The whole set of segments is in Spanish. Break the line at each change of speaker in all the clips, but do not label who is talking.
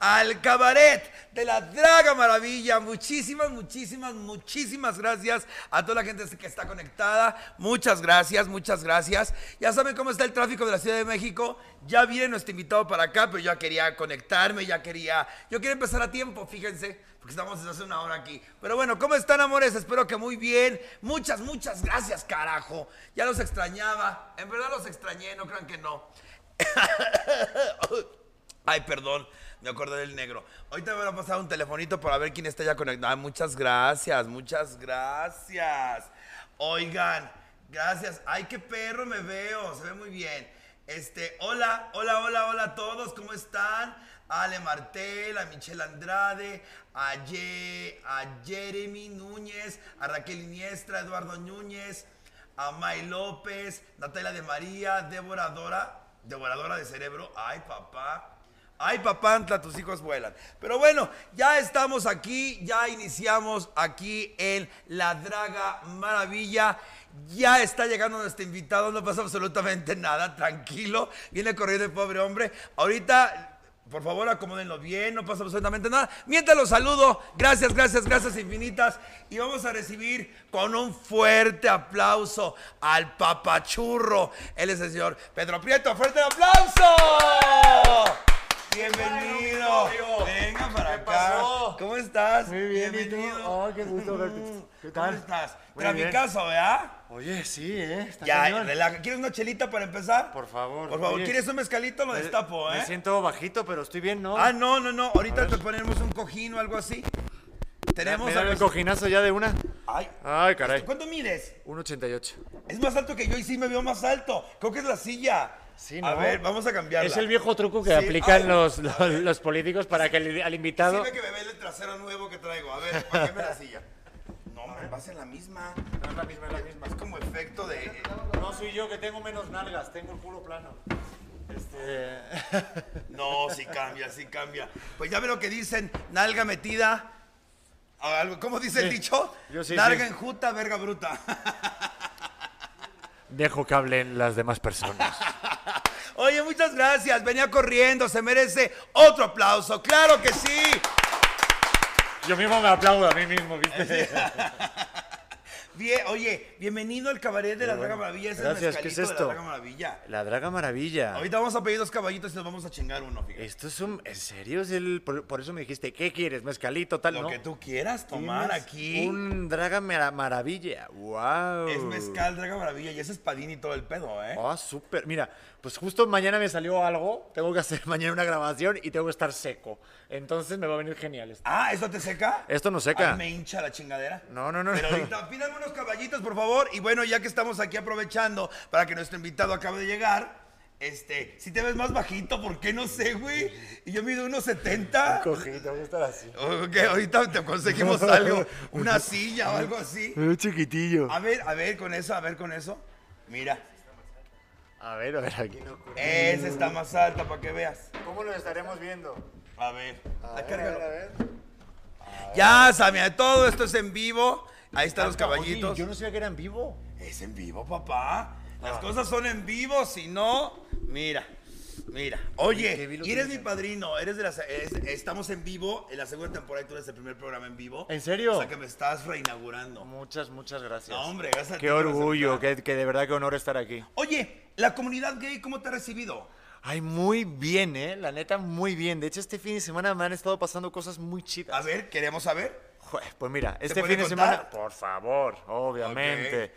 al cabaret de la Draga Maravilla. Muchísimas, muchísimas, muchísimas gracias a toda la gente que está conectada. Muchas gracias, muchas gracias. Ya saben cómo está el tráfico de la Ciudad de México. Ya viene nuestro invitado para acá, pero ya quería conectarme, ya quería. Yo quería empezar a tiempo, fíjense, porque estamos desde hace una hora aquí. Pero bueno, ¿cómo están, amores? Espero que muy bien. Muchas, muchas gracias, carajo. Ya los extrañaba. En verdad los extrañé, no crean que no. Ay, perdón, me acordé del negro. Ahorita me van a pasar un telefonito para ver quién está ya conectado. Ay, muchas gracias, muchas gracias. Oigan, gracias. Ay, qué perro me veo, se ve muy bien. Este, hola, hola, hola, hola a todos, ¿cómo están? A Ale Martel, a Michelle Andrade, a, Ye- a Jeremy Núñez, a Raquel Iniestra, Eduardo Núñez, a May López, Natalia de María, Débora Dora, Devoradora de Cerebro, ay papá, ay papantla, tus hijos vuelan. Pero bueno, ya estamos aquí, ya iniciamos aquí en La Draga Maravilla. Ya está llegando nuestro invitado, no pasa absolutamente nada, tranquilo. Viene corriendo el pobre hombre. Ahorita por favor, acomódenlo bien, no pasa absolutamente nada. Mientras los saludo, gracias, gracias, gracias infinitas. Y vamos a recibir con un fuerte aplauso al papachurro. Él es el señor Pedro Prieto. ¡Fuerte el aplauso! Bienvenido. Venga para acá. ¿Cómo estás?
Muy bien, ¿y tú?
Bienvenido.
Oh, qué gusto verte. ¿Qué
¿Cómo
tal?
estás?
Muy bien.
Traficazo, ¿verdad?
Oye, sí, ¿eh? Está
Ya,
cañón.
relaja. ¿Quieres una chelita para empezar?
Por favor.
Por favor,
Oye,
¿quieres un mezcalito? Lo
me-
destapo, ¿eh?
Me siento bajito, pero estoy bien, ¿no?
Ah, no, no, no. Ahorita te ponemos un cojín o algo así. Tenemos.
Me
a
dan el
nuestro-
cojinazo ya de una.
Ay,
Ay, caray.
¿Cuánto mides?
1.88.
Es más alto que yo y sí me veo más alto. Creo que es la silla.
Sí,
A
¿no?
ver, vamos a cambiarla.
Es el viejo truco que
Sí. Ah.
aplican
Ay,
los, los, los políticos para que el- al invitado...
Sirve que me ve el trasero nuevo que traigo. A ver, págame la silla. No, me vas en la misma.
No es la misma, es la misma.
Es como efecto de.
No soy yo que tengo menos nalgas, tengo el culo plano. Este.
No, sí cambia, sí cambia. Pues ya ve lo que dicen, nalga metida. o algo- ¿Cómo dice el dicho?
Yo sí,
Nalga
sí.
enjuta, verga bruta.
Dejo que hablen las demás personas.
Oye, muchas gracias. Venía corriendo, se merece otro aplauso. Claro que sí.
Yo mismo me aplaudo a mí mismo, ¿viste?
Bien, oye, bienvenido al cabaret de la Draga
bueno,
Maravilla. Ese
gracias,
es el
¿qué es
mezcalito
esto?
De la Draga Maravilla.
La Draga Maravilla.
Ahorita vamos a pedir dos caballitos y nos vamos a chingar uno, fíjate.
Esto es un. ¿En serio? Es el... por, por eso me dijiste, ¿qué quieres? ¿Mezcalito? Tal,
Lo
Eh, ¿no?
que tú quieras tomar
Tienes
aquí
Un Draga Mara- Maravilla. ¡Wow!
es mezcal Draga Maravilla y es espadín y todo el pedo, ¿eh?
Ah, súper. Mira, pues justo mañana me salió algo. Tengo que hacer mañana una grabación y tengo que estar seco. Entonces me va a venir genial esto.
Ah, ¿esto te seca?
Esto no seca.
Ay, me hincha la chingadera.
No, no, no,
Pero
no.
ahorita pidan unos caballitos, por favor. Y bueno, ya que estamos aquí aprovechando para que nuestro invitado acabe de llegar. Este, si te ves más bajito, ¿por qué no sé, güey? Y yo mido unos 70.
Cogí, tengo que estar así.
Ok, ahorita te conseguimos algo, una silla o algo así.
Un chiquitillo.
A ver, a ver con eso, a ver con eso. Mira,
A ver, a ver, aquí no.
esa está más alta para que veas.
¿Cómo lo estaremos viendo?
A ver,
A
ah,
ver,
cárgalo.
a ver, a ver.
Ya, Samia, todo esto es en vivo. Ahí están los
Oye,
caballitos.
yo no sabía que era en vivo.
Es en vivo, papá.
Ah.
Las cosas son en vivo, si no, mira. Mira,
Oye,
oye,
qué vi lo
y
que
eres mi
dices.
padrino, eres de las, es- estamos en vivo, en la segunda temporada y tú eres el primer programa en vivo.
¿En serio?
O sea que me estás reinaugurando.
Muchas, muchas gracias.
No, hombre, gracias a ti
Qué
por
orgullo,
aceptar.
que, que de verdad qué honor estar aquí.
Oye, la comunidad gay, ¿cómo te ha recibido?
Ay, muy bien, ¿eh? La neta, muy bien. De hecho, este fin de semana me han estado pasando cosas muy chidas.
A ver, queremos saber.
Jue- Pues mira, este
puede
fin de
contar?
semana. Por favor, obviamente.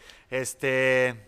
Este.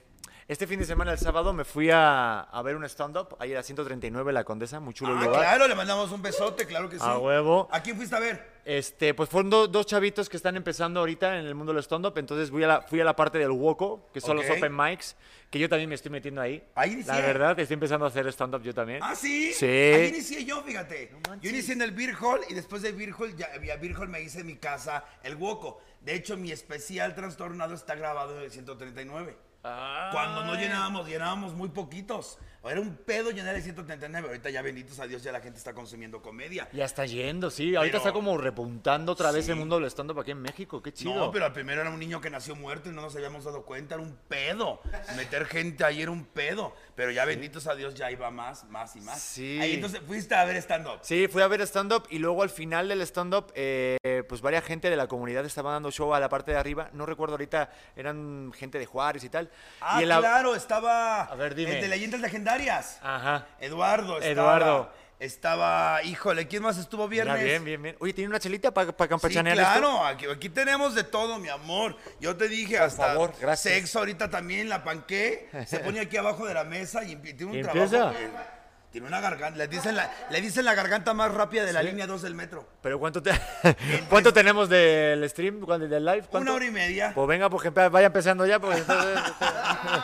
Este fin de semana, el sábado, me fui a, a ver un stand-up. Ahí era 139 La Condesa, muy chulo
Ah,
lugar.
claro, le mandamos un besote, claro que sí.
A huevo.
¿A quién fuiste a ver?
Este, pues fueron do- dos chavitos que están empezando ahorita en el mundo del stand-up. Entonces fui a, la, fui a la parte del Woco, que son
Ok.
los open mics, que yo también me estoy metiendo ahí.
Ahí
La
inicié.
verdad, estoy empezando a hacer stand-up yo también.
¿Ah, sí?
Sí.
Ahí inicié yo, fíjate. yo
manches.
inicié en el Beer Hall y después del Beer Hall, ya, ya Beer Hall me hice en mi casa el Woco. De hecho, mi especial Trastornado está grabado en el 139.
Ah.
Cuando no llenábamos, llenábamos muy poquitos. Era un pedo llenar el 139. Ahorita ya, benditos a Dios, ya la gente está consumiendo comedia.
Ya está yendo, sí. Ahorita
Pero-
está como repuntando otra vez
Sí.
el mundo del stand-up aquí en México. Qué chido.
No, pero al primero era un niño que nació muerto y no nos habíamos dado cuenta, era un pedo. Meter gente ahí era un pedo. Pero ya, benditos a Dios, ya iba más, más y más.
Sí.
Ahí entonces fuiste a ver stand-up.
Sí, fui a ver stand-up y luego al final del stand-up, eh, pues varias gente de la comunidad estaba dando show a la parte de arriba. No recuerdo ahorita, eran gente de Juárez y tal.
Ah,
y en la-
claro, estaba.
A ver, dime.
El de leyendas legendarias.
Ajá.
Eduardo estaba.
Eduardo.
Estaba. Híjole, ¿quién más estuvo
Mira,
viernes?
bien, bien, bien. Oye, ¿tiene una chelita para
Sí,
campechanear esto?
claro, aquí, aquí tenemos de todo, mi amor. Yo te dije hasta
favor, gracias.
sexo ahorita también, la panqué, se pone aquí abajo de la mesa y empie- tiene un
¿Y
trabajo.
empieza?
que- tiene una garganta, le dicen la, le dicen la garganta más rápida de la
Sí.
línea 2 del metro.
Pero ¿cuánto, te- ¿cuánto tenemos del stream, ¿Cuánto- del live? ¿Cuánto?
Una hora y media.
Pues venga, pues que empe- vaya empezando ya, porque entonces... este,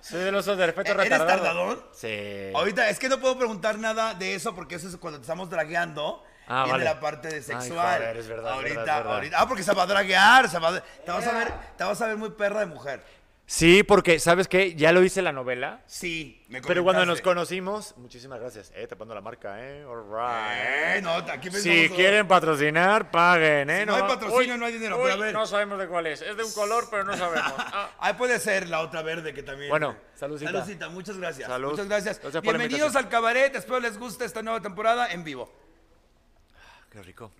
Soy del oso de respeto
¿E-, ¿Eres
retardado.
tardadón?
sí.
Ahorita, es que no puedo preguntar nada de eso porque eso es cuando te estamos dragueando.
Ah,
viene
vale.
la parte de
Ay, joder,
sexual.
es verdad, es
ahorita,
verdad, es verdad.
ahorita. Ah, porque se va a draguear, se va a- te, vas a ver, te vas a ver muy perra de mujer.
Sí, porque, ¿sabes qué? Ya lo hice la novela.
Sí, me
Pero cuando nos
comentaste.
conocimos, muchísimas gracias. Eh, tapando la marca, eh. All right.
Eh, no, aquí
Si
pensamos-
quieren patrocinar, paguen, eh.
Si no hay patrocinio, no hay dinero, pero a ver.
No sabemos de cuál es. Es de un color, pero no sabemos. Ah,
Ahí puede ser la otra verde que también.
Bueno, saludcita.
Saludcita, muchas gracias.
Salud.
Muchas gracias.
Gracias por la
Bienvenidos
invitación.
al cabaret. Espero les guste esta nueva temporada en vivo.
Qué rico.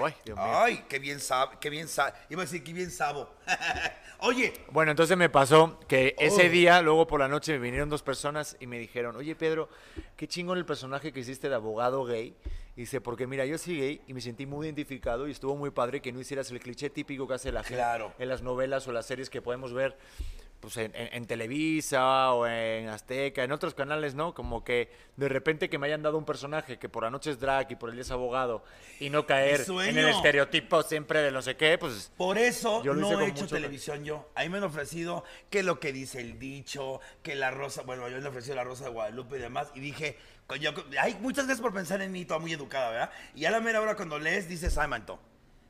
Ay, Dios mío.
Ay, qué bien sab, qué bien sab. Iba a decir qué bien sabo. Oye,
Bueno, entonces me pasó que ese
Oh.
día, luego por la noche, me vinieron dos personas y me dijeron, oye Pedro, qué chingón el personaje que hiciste de abogado gay. Y dice, porque mira, yo soy gay y me sentí muy identificado y estuvo muy padre que no hicieras el cliché típico que hace la gente
Claro.
en las novelas o las series que podemos ver pues, en, en- en Televisa o en Azteca, en otros canales, ¿no? Como que de repente que me hayan dado un personaje que por la noche es drag y por el día es abogado y no caer en el
sueño!
estereotipo siempre de no sé qué, pues...
Por eso
Yo lo hice
no he
con
hecho
mucho
televisión yo. A mí me han ofrecido que lo que dice el dicho, que la rosa, bueno, yo le ofrecí la rosa de Guadalupe y demás, y dije, co- yo, co- ay, muchas gracias por pensar en mí, toda muy educada, ¿verdad? Y a la mera hora cuando lees, dice Samantha,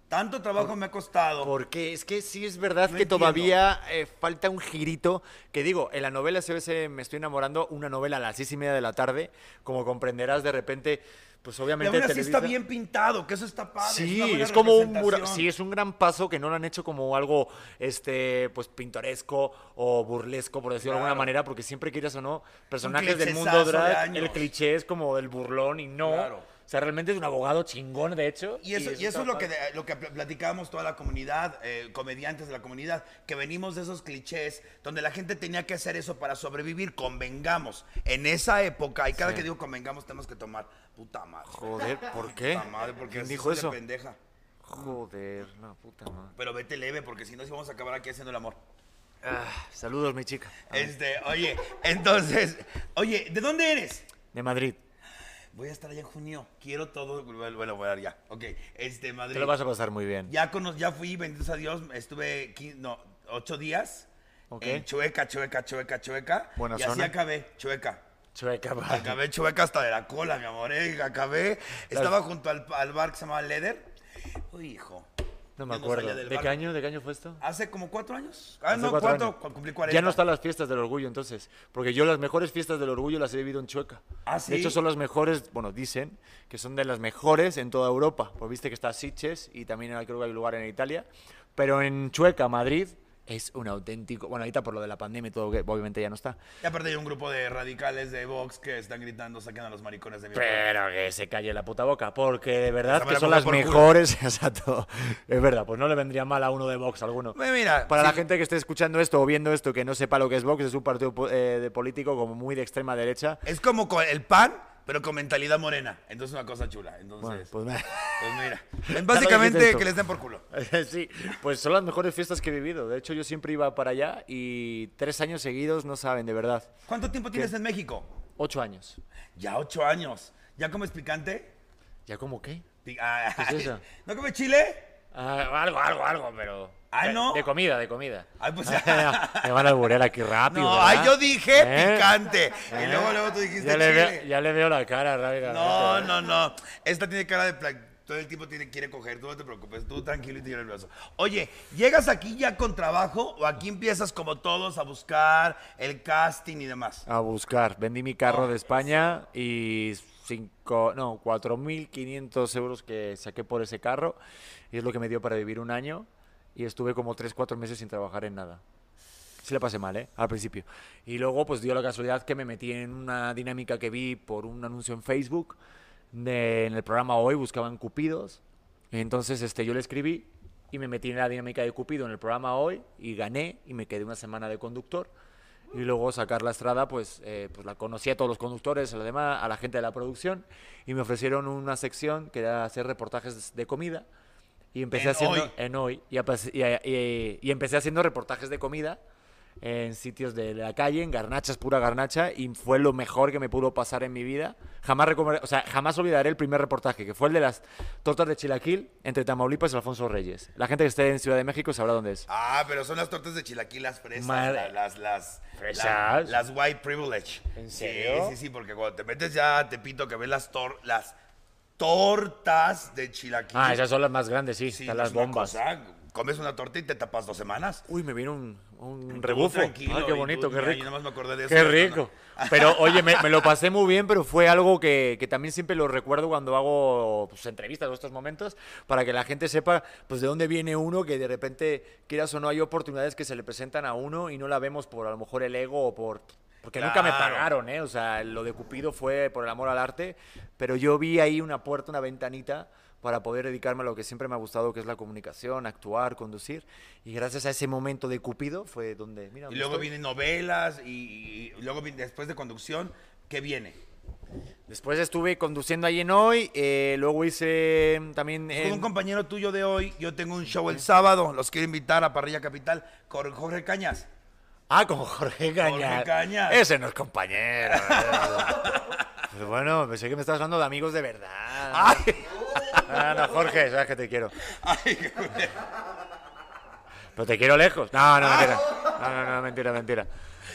tanto trabajo me ha costado.
Porque es que sí es verdad
No
que
entiendo.
todavía eh, falta un girito. Que digo, en la novela CBC Me Estoy Enamorando, una novela a las seis y media de la tarde, como comprenderás, de repente, pues
y
obviamente.
aún así está
Televisa-
bien pintado, que eso está padre. una
Sí,
buena
es como un mural.
representación.
Sí, es un gran paso que no lo han hecho como algo, este, pues pintoresco o burlesco, por decirlo de
Claro.
alguna manera, porque siempre quieras o no, personajes del mundo
clichezazo de
drag,
años.
el cliché es como del burlón y no.
Claro.
O sea, realmente es un abogado chingón, de hecho.
Y eso, y eso
está
es lo
padre.
que, lo que pl- platicábamos toda la comunidad, eh, comediantes de la comunidad, que venimos de esos clichés donde la gente tenía que hacer eso para sobrevivir, convengamos. En esa época, y cada
Sí.
que digo convengamos, tenemos que tomar puta madre.
Joder, ¿por qué?
Puta madre, porque
¿Quién
así
dijo
es de
eso?
pendeja.
Joder, la puta madre.
Pero vete leve, porque si no, sí vamos a acabar aquí haciendo el amor. Ah,
saludos, mi chica.
Este, oye, entonces, oye, ¿de dónde eres?
De Madrid.
Voy a estar allá en junio. Quiero todo. Bueno, voy a dar ya. Ok, este, Madrid.
Te lo vas a pasar muy bien.
Ya, cono- ya fui, benditos a Dios, estuve quin- no, ocho días
Ok.
en Chueca, Chueca, Chueca, Chueca.
Buena
y así
zona.
acabé, Chueca.
Chueca, va.
Acabé Chueca hasta de la cola, mi amor. eh, Acabé, estaba junto al, al bar que se llamaba Leder. Uy, hijo.
No me
yo
acuerdo.
salía del
¿De
bar.
qué año, de qué año fue esto?
Hace como cuatro años. Ah,
Hace
no,
cuatro
cuatro,
años.
cu- cumplí cuarenta.
Ya no están las fiestas del orgullo, entonces. Porque yo las mejores fiestas del orgullo las he vivido en Chueca.
Ah,
De
¿sí?
hecho, son las mejores, bueno, dicen que son de las mejores en toda Europa. Pues viste que está Sitges y también hay- creo que hay lugar en Italia. Pero en Chueca, Madrid, es un auténtico. Bueno, ahorita por lo de la pandemia y todo, que obviamente ya no está.
Y aparte hay un grupo de radicales de Vox que están gritando, saquen a los maricones de mi pueblo".
Pero que se calle la puta boca, porque de verdad
Esa me
que
la
son
comió
las
por culo.
mejores. Exacto. Es verdad, pues no le vendría mal a uno de Vox alguno.
Pues Mira,
Para la
sí,
gente que esté escuchando esto o viendo esto que no sepa lo que es Vox, es un partido po- eh, de político como muy de extrema derecha.
Es como co- el pan, pero con mentalidad morena. Entonces, una cosa chula. Entonces.
Bueno, pues me-
Pues mira, es básicamente
esto.
que les den por culo.
sí, pues son las mejores fiestas que he vivido. De hecho, yo siempre iba para allá y tres años seguidos, no saben, de verdad.
¿Cuánto tiempo tienes en México?
Ocho años.
Ya ocho años. ¿Ya comes picante?
¿Ya como qué?
Pi- ah,
¿Qué es eso?
¿No comes chile?
Ah, algo, algo, algo, pero...
Ah, ¿no?
De comida, de comida.
Ay, pues-
me van a alburear aquí rápido,
No,
¿verdad?
ay, yo dije
¿Eh?
picante.
¿Eh?
Y luego, luego tú dijiste
ya le,
chile.
veo, ya le veo la cara rápidamente.
No, no, no. Esta tiene cara de pla- Todo el tipo tiene, quiere coger, tú no te preocupes, tú tranquilo y tira el brazo. Oye, ¿llegas aquí ya con trabajo o aquí empiezas como todos a buscar el casting y demás?
A buscar. Vendí mi carro de España y cinco, no, 4.500 euros que saqué por ese carro. Y es lo que me dio para vivir un año. Y estuve como 3, 4 meses sin trabajar en nada. Sí le pasé mal, ¿eh? Al principio. Y luego, pues dio la casualidad que me metí en una dinámica que vi por un anuncio en Facebook. de- en el programa Hoy buscaban Cupidos. Y entonces este, yo le escribí y me metí en la dinámica de Cupido en el programa Hoy y gané y me quedé una semana de conductor. Y luego sacar la estrada, pues, eh, pues la conocí a todos los conductores, a, la demás, a la gente de la producción, y me ofrecieron una sección que era hacer reportajes de comida. Y empecé
En
haciendo
Hoy.
en hoy y, apas- y- y- y empecé haciendo reportajes de comida en sitios de la calle, en garnachas, pura garnacha, y fue lo mejor que me pudo pasar en mi vida. Jamás, recomendar- o sea, jamás olvidaré el primer reportaje, que fue el de las tortas de Chilaquil entre Tamaulipas y Alfonso Reyes. La gente que esté en Ciudad de México sabrá dónde es.
Ah, pero son las tortas de chilaquil, las fresas,
Madre-
la- las, las,
¿Fresas?
la- las white privilege.
¿En serio?
Sí, sí, sí, porque cuando te metes ya te pito que ves las tor- las tortas de chilaquil.
Ah, esas son las más grandes, sí,
Sí,
están
no
las
es una
bombas.
cosa, comes una torta y te tapas dos semanas.
Uy, me vino un, un
Tú
rebufo.
tranquilo,
Ah,
y
qué
tú-
bonito, qué
mira,
rico.
yo nada más me acordé de eso,
Qué
no, no, no.
rico. Pero oye, me, me lo pasé muy bien, pero fue algo que, que también siempre lo recuerdo cuando hago pues, entrevistas o estos momentos, para que la gente sepa pues de dónde viene uno, que de repente, quieras o no, hay oportunidades que se le presentan a uno y no la vemos por a lo mejor el ego o por... Porque nunca me
Claro.
pagaron, ¿eh? O sea, lo de Cupido fue por el amor al arte, pero yo vi ahí una puerta, una ventanita para poder dedicarme a lo que siempre me ha gustado, que es la comunicación, actuar, conducir. Y gracias a ese momento de Cupido fue donde,
Y
mira, donde
luego
estoy.
vienen novelas y, y luego viene- después de conducción, ¿qué viene?
Después estuve conduciendo ahí en hoy, eh, luego hice mm, también...
Con
en-
un compañero tuyo de hoy, yo tengo un show el sábado, los quiero invitar a Parrilla Capital con Jorge Cañas.
Ah, con Jorge Cañas.
Cañas.
Ese no es compañero. Pero bueno, pensé que me estabas hablando de amigos de verdad. Ah, no, Jorge, sabes que te quiero. Pero te quiero lejos. No, no, mentira. No, no, no, mentira, mentira.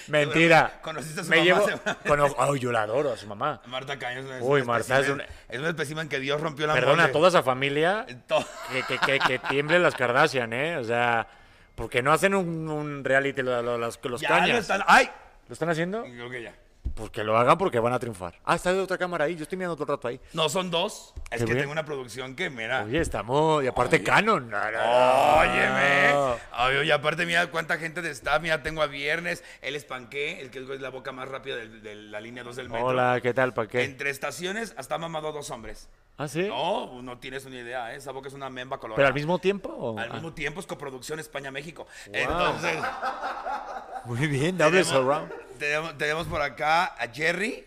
Mentira.
Conociste a su
me
mamá,
llevo...
seguramente.
Cono- Ay, yo la adoro a su mamá.
Marta Cañas es
Uy,
un
Marta, es
espécimen- es un espécimen que Dios rompió la
Perdona a
mole.
toda esa familia.
To-
Que, que, que, que tiemblen las Kardashian, ¿eh? O sea, porque no hacen un, un reality lo- lo- las- los
Ya
cañas.
lo están. ¡Ay!
¿Lo están haciendo?
Creo que ya.
Pues que lo hagan porque van a triunfar. Ah, está de otra cámara ahí. Yo estoy mirando todo el rato ahí.
No son dos. Es
Qué
que
bien.
tengo una producción que, mira.
Oye, estamos. Y aparte, Canon. No, no, no.
Óyeme.
Ah.
Ay, oye, aparte, mira cuánta gente de staff. Mira, tengo a Viernes, él es Panqué, el que es la boca más rápida del- de, la línea 2 del metro.
Hola, ¿qué tal? ¿Para qué?
Entre estaciones hasta mamado dos hombres.
¿Ah, sí?
No, no tienes una idea, ¿eh? esa boca es una memba colorada.
¿Pero al mismo tiempo? o-
Al
ah,
mismo tiempo es coproducción España-México. Entonces,
Ah, Muy bien, double surround.
tenemos, tenemos por acá a Jerry.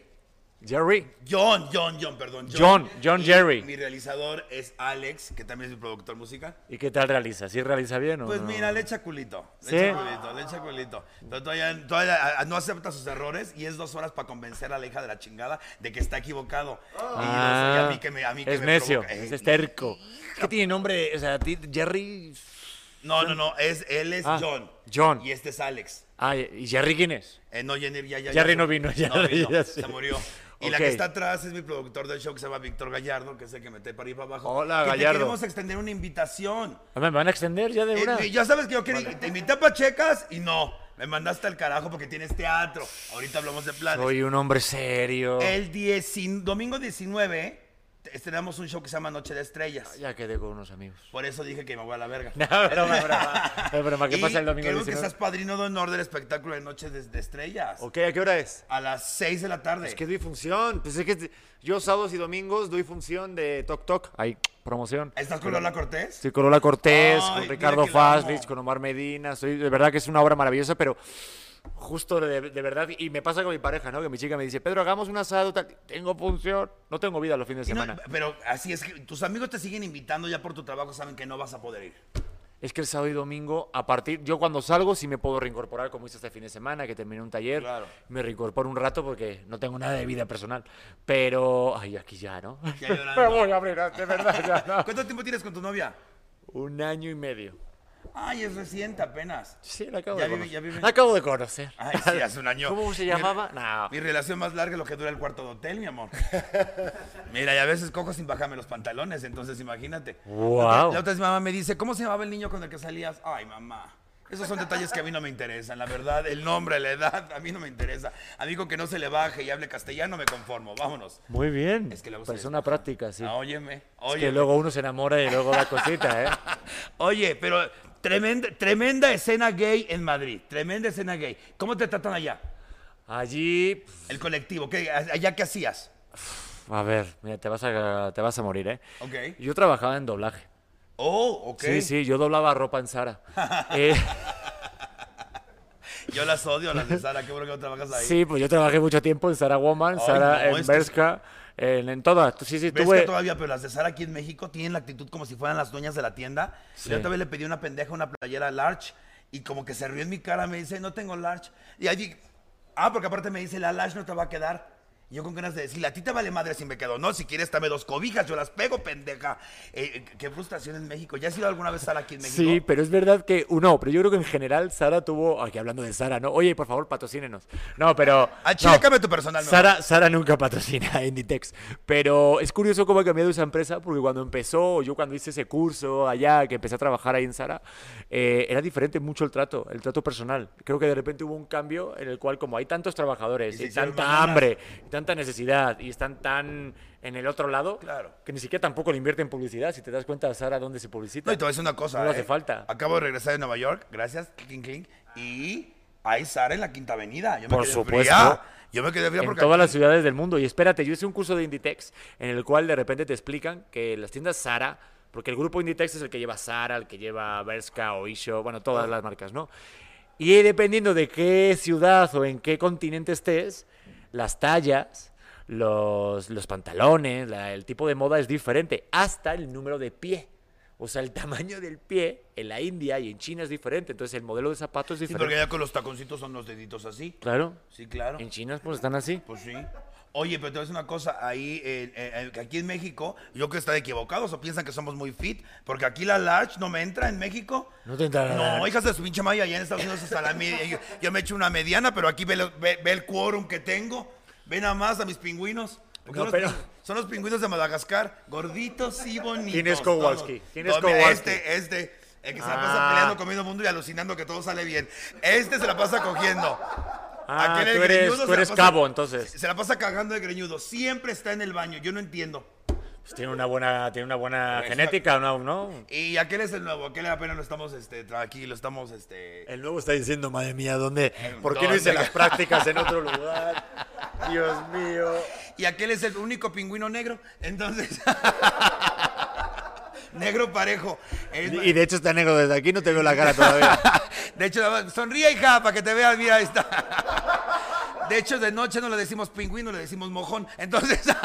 Jerry.
John, John, John, perdón.
John, John
Y
Jerry.
Mi realizador es Alex, que también es mi productor musical.
¿Y qué tal realiza? ¿Sí realiza bien o
Pues
no?
mira, le echa culito. Le
Ah. ¿Sí?
echa culito, le echa culito. Pero todavía, todavía, ah, no acepta sus errores y es dos horas para convencer a la hija de la chingada de que está equivocado. Y, no sé, y a mí que me, a mí que
Ah. es
me
necio,
provoca.
es este
Eh,
esterco. Es que tiene nombre, o sea, ti- Jerry.
No, no, no, es, él es
Ah,
John.
John.
Y este es Alex.
Ah, ¿y Jerry quién es?
Eh, no, Jenny ya, ya,
Jerry
ya-
no vino, ya-
no vino,
ya sé.
se murió. Y la que
Ok.
está atrás es mi productor del show que se llama Víctor Gallardo, que es el que mete para arriba para abajo.
Hola,
que
Gallardo.
Te queremos extender una invitación.
Ah, ¿Me van a extender ya de
Eh,
una?
eh, ya sabes que yo quería, te invité a Pachecas y no, me mandaste al carajo porque tienes teatro. Ahorita hablamos de planes.
Soy un hombre serio.
El 10 domingo 19 te- estrenamos un show que se llama Noche de Estrellas.
Ah, Ya quedé con unos amigos.
Por eso dije que me voy a la verga.
No, broma, broma. Es broma, ¿qué
Y
pasa el domingo
Creo que
19?
seas padrino de honor del espectáculo de Noche de, de Estrellas.
Ok, ¿a qué hora es?
A las 6 de la tarde.
Es que doy función. Pues es que yo sábados y domingos doy función de Toc Toc. Ahí, promoción.
¿Estás con Lola Cortés?
Estoy con Lola Cortés,
Ay,
con
mira
Ricardo
que la amo.
Faslich, con Omar Medina. Soy, de verdad que es una obra maravillosa, pero justo de, de verdad. Y me pasa con mi pareja, ¿no? Que mi chica me dice, Pedro, hagamos un asado. tal". Tengo función. No tengo vida los fines de
Y no,
semana.
pero así es que tus amigos te siguen invitando ya por tu trabajo, saben que no vas a poder ir.
Es que el sábado y domingo, a partir, yo cuando salgo sí me puedo reincorporar, como hice este fin de semana, que terminé un taller,
Claro.
me reincorporo un rato porque no tengo nada de vida personal. Pero, ay, aquí ya, ¿no?
Ya
me
llorando.
voy a abrir, de verdad, ya no.
¿Cuánto tiempo tienes con tu novia?
Un año y medio.
Ay, es reciente apenas.
Sí, la acabo
Ya
de
vive-
conocer.
ya vive-
La acabo de conocer.
Ay, sí, hace un año.
¿Cómo se
Mi-
llamaba? No.
Mi relación más larga es lo que dura el cuarto de hotel, mi amor. Mira, y a veces cojo sin bajarme los pantalones, entonces imagínate.
Guau.
La otra- La otra vez mi mamá me dice, ¿cómo se llamaba el niño con el que salías? Ay, mamá. Esos son detalles que a mí no me interesan, la verdad. El nombre, la edad, a mí no me interesa. Amigo que no se le baje y hable castellano, me conformo. Vámonos.
Muy bien.
Es que luego se
Persona
despojan.
práctica, sí.
Ah, óyeme,
Es
óyeme.
que luego uno se enamora y luego da cosita, ¿eh?
Oye, pero tremenda, tremenda escena gay en Madrid. Tremenda escena gay. ¿Cómo te tratan allá?
Allí, pf,
El colectivo. ¿qué- ¿Allá qué hacías?
a ver, mira, te vas a, te vas a morir, ¿eh?
Ok.
Yo trabajaba en doblaje.
Oh, ok.
Sí, sí, yo doblaba ropa en Sara. Eh,
Yo las odio, las de Sara. Qué bueno que no trabajas ahí.
sí, pues yo trabajé mucho tiempo en Sara Woman,
Ay, no,
Sara
es
en
que-
Berska, en, en todas. Sí, sí,
Ves
tuve.
que todavía, pero las de Sara aquí en México tienen la actitud como si fueran las dueñas de la tienda.
Sí.
Yo otra vez le pedí una pendeja, una playera large, y como que se rió en mi cara, me dice, no tengo large. Y allí, ah, porque aparte me dice, la large no te va a quedar. Y Yo con ganas de decirle, a ti te vale madre si me quedo. No, si quieres, dame dos cobijas, yo las pego, pendeja. Eh, eh, qué frustración en México. ¿Ya has ido alguna vez a Sara aquí en México?
Sí, pero es verdad que uno, pero yo creo que en general Sara tuvo, aquí hablando de Sara, ¿no? Oye, por favor, patrocínenos. No, pero
Al Ah, chile,
no.
cámbiate tu personal, no.
Sara, Sara nunca patrocina a Inditex, pero es curioso cómo ha cambiado esa empresa porque cuando empezó, yo cuando hice ese curso allá, que empecé a trabajar ahí en Sara, eh, era diferente mucho el trato, el trato personal. Creo que de repente hubo un cambio en el cual como hay tantos
Y
trabajadores
se
y,
hicieron
tanta
mamadas.
hambre, y tanta necesidad y están tan en el otro lado,
Claro.
que ni siquiera tampoco le invierte en publicidad, si te das cuenta Sara dónde se publicita.
No, y te voy a decir una cosa.
No le
¿eh?
hace falta.
Acabo de regresar de Nueva York, gracias, clink, clink, y hay Sara en la Quinta Avenida. Yo me
Por
quedé
supuesto.
fría. Yo me quedé fría
en
porque...
todas las ciudades del mundo. Y espérate, yo hice un curso de Inditex en el cual de repente te explican que las tiendas Sara, porque el grupo Inditex es el que lleva Sara, el que lleva Berska o Isho, bueno, todas las marcas, ¿no? Y eh, dependiendo de qué ciudad o en qué continente estés, las tallas, los, los pantalones, la- el tipo de moda es diferente, hasta el número de pie. O sea, el tamaño del pie en la India y en China es diferente. Entonces, el modelo de zapato es
Sí, porque
diferente.
ya con los taconcitos son los deditos así.
Claro.
Sí, claro.
En China, pues están así.
Pues sí. Oye, pero te voy a decir una cosa, ahí, eh, eh, eh, aquí en México, yo creo que están equivocados o piensan que somos muy fit, porque aquí la large no me entra en México.
No te entra la
No,
large.
hijas de su pinche maya, allá en Estados Unidos hasta la media. Yo, yo me echo una mediana, pero aquí ve, lo- ve- ve el quórum que tengo. Ve nada más a mis pingüinos. Porque
No,
son,
pero-
los, pin- son los pingüinos de Madagascar, gorditos y bonitos.
¿Quién es Kowalski?
todos.
¿Quién es
No, mira,
Kowalski?
Este, este, el que se la
Ah.
pasa peleando, comiendo mundo y alucinando que todo sale bien. Este se la pasa cogiendo.
Ah,
Aquel el
tú eres-
greñudo
tú
se la
eres
pasa-
cabo, entonces.
Se la pasa cagando de greñudo. Siempre está en el baño. Yo no entiendo.
Pues tiene una buena, tiene una buena
Exacto.
genética, ¿no? ¿no?
Y aquel es el nuevo. Aquel apenas lo estamos este, tra- aquí, lo estamos. Este...
El nuevo está diciendo, madre mía, ¿dónde?
¿por qué no hice las
prácticas en otro lugar? Dios mío.
Y aquel es el único pingüino negro. Entonces. negro parejo. Es-
Y de hecho está negro desde aquí, no te veo la cara todavía.
De hecho, nada más, sonríe, hija, para que te veas. Mira, ahí está. De hecho, de noche no le decimos pingüino, le decimos mojón. Entonces.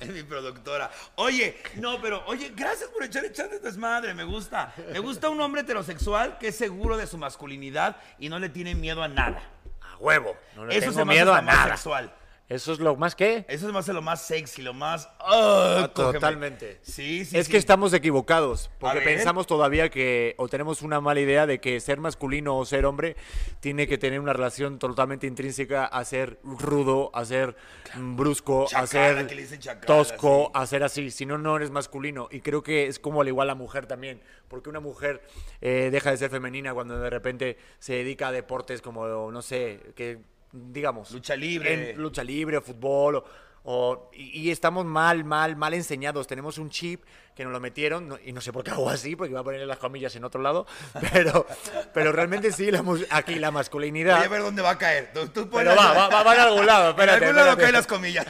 Es mi productora. Oye, no, pero, oye, gracias por echar echar de desmadre, me gusta. Me gusta un hombre heterosexual que es seguro de su masculinidad y no le tiene miedo a nada.
A huevo. No le
Eso
tengo
se me hace
miedo
lo
a
más
nada.
sexual.
Eso es lo más que...
Eso se me hace lo más sexy, lo más. ah, cógeme.
totalmente.
Sí, sí.
es
sí.
que estamos equivocados, porque
ver.
pensamos todavía que, o tenemos una mala idea de que ser masculino o ser hombre tiene que tener una relación totalmente intrínseca a ser rudo, a ser mm, brusco, a
Chacala,
ser
que le dicen chacala,
tosco,
sí.
a ser así. Si no, no eres masculino. Y creo que es como al igual la mujer también, porque una mujer eh, deja de ser femenina cuando de repente se dedica a deportes como, no sé, que digamos...
Lucha libre.
en- lucha libre, fútbol, o, o- y, y estamos mal, mal, mal enseñados. Tenemos un chip que nos lo metieron, no- y no sé por qué hago así, porque iba a ponerle las comillas en otro lado, pero, pero realmente sí, la mus- aquí la masculinidad.
Voy a ver dónde va a caer. Tú, tú pon
pero
la-
va, va, va, va en algún lado,
En
espérate.
algún lado
espérate.
caen las comillas.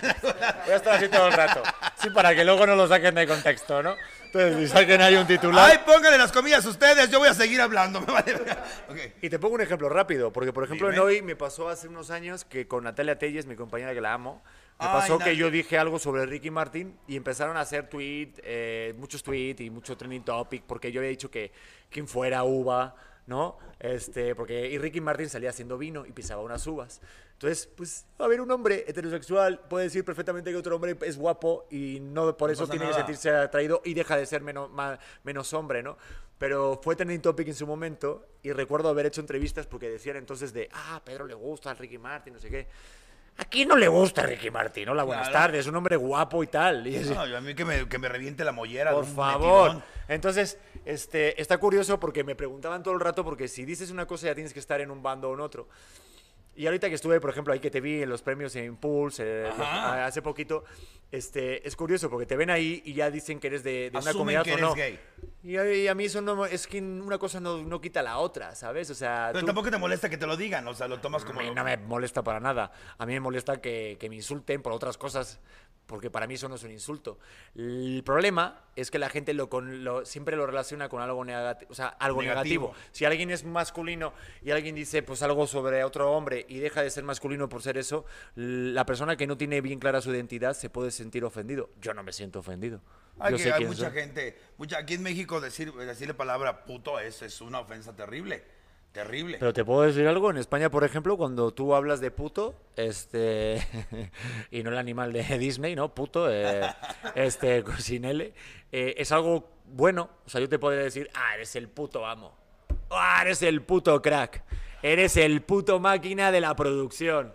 Voy a estar así todo el rato. Sí, para que luego no lo saquen de contexto, ¿no? Entonces, si saquen ahí un titular.
Ay, pónganle las comillas ustedes, yo voy a seguir hablando. Me vale verga. Ok.
Y te pongo un ejemplo rápido, porque por ejemplo en
Dime.
hoy me pasó hace unos años que con Natalia Telles, mi compañera que la amo, me
Ay,
pasó
Nat.
que yo dije algo sobre Ricky Martin y empezaron a hacer tweet, eh, muchos tweets y mucho trending topic, porque yo había dicho que quien fuera Uva, ¿no? Este, porque y Ricky Martin salía haciendo vino y pisaba unas uvas. Entonces, pues, a ver, un hombre heterosexual puede decir perfectamente que otro hombre es guapo y no por eso
pasa
tiene
nada.
que sentirse atraído y deja de ser menos, ma- menos hombre, ¿no? Pero fue trending topic en su momento y recuerdo haber hecho entrevistas porque decían entonces de, ah, Pedro le gusta a Ricky Martin, no sé qué. ¿A quién no le gusta Ricky Martin? Hola, buenas
Claro.
tardes, un hombre guapo y tal. Y yo decía,
No, yo a mí que me, que me reviente la mollera.
por
de un
favor.
metidón.
Entonces, este, está curioso porque me preguntaban todo el rato porque si dices una cosa ya tienes que estar en un bando o en otro. Y ahorita que estuve, por ejemplo, ahí que te vi en los premios en Impulse eh, los-
Ajá.
a- hace poquito, este, es curioso porque te ven ahí y ya dicen que eres de, de una
Asumen
comunidad
que
o
eres
no.
gay.
Y a, y a mí eso no es que una cosa no, no quita la otra, ¿sabes? O sea,
Pero
tú-
tampoco te molesta que te lo digan, o sea, lo tomas
a
como...
mí no me molesta para nada. A mí me molesta que, que me insulten por otras cosas, porque para mí eso no es un insulto. El problema es que la gente lo con- lo- siempre lo relaciona con algo negativo. O sea, algo
Negativo.
negativo. Si alguien es masculino y alguien dice pues algo sobre otro hombre y deja de ser masculino por ser eso, la persona que no tiene bien clara su identidad se puede sentir ofendido. Yo no me siento ofendido.
Hay,
Yo
que-
sé
hay
quién ¿eh?
mucha
soy.
gente, mucha, aquí en México decir, decirle palabra puto es, es una ofensa terrible, terrible.
Pero te puedo decir algo, en España, por ejemplo, cuando tú hablas de puto, este, y no el animal de Disney, ¿no? Puto, eh, este, sin L, eh, es algo bueno. O sea, yo te podría decir, ah, eres el puto amo. Ah, eres el puto crack. Eres el puto máquina de la producción.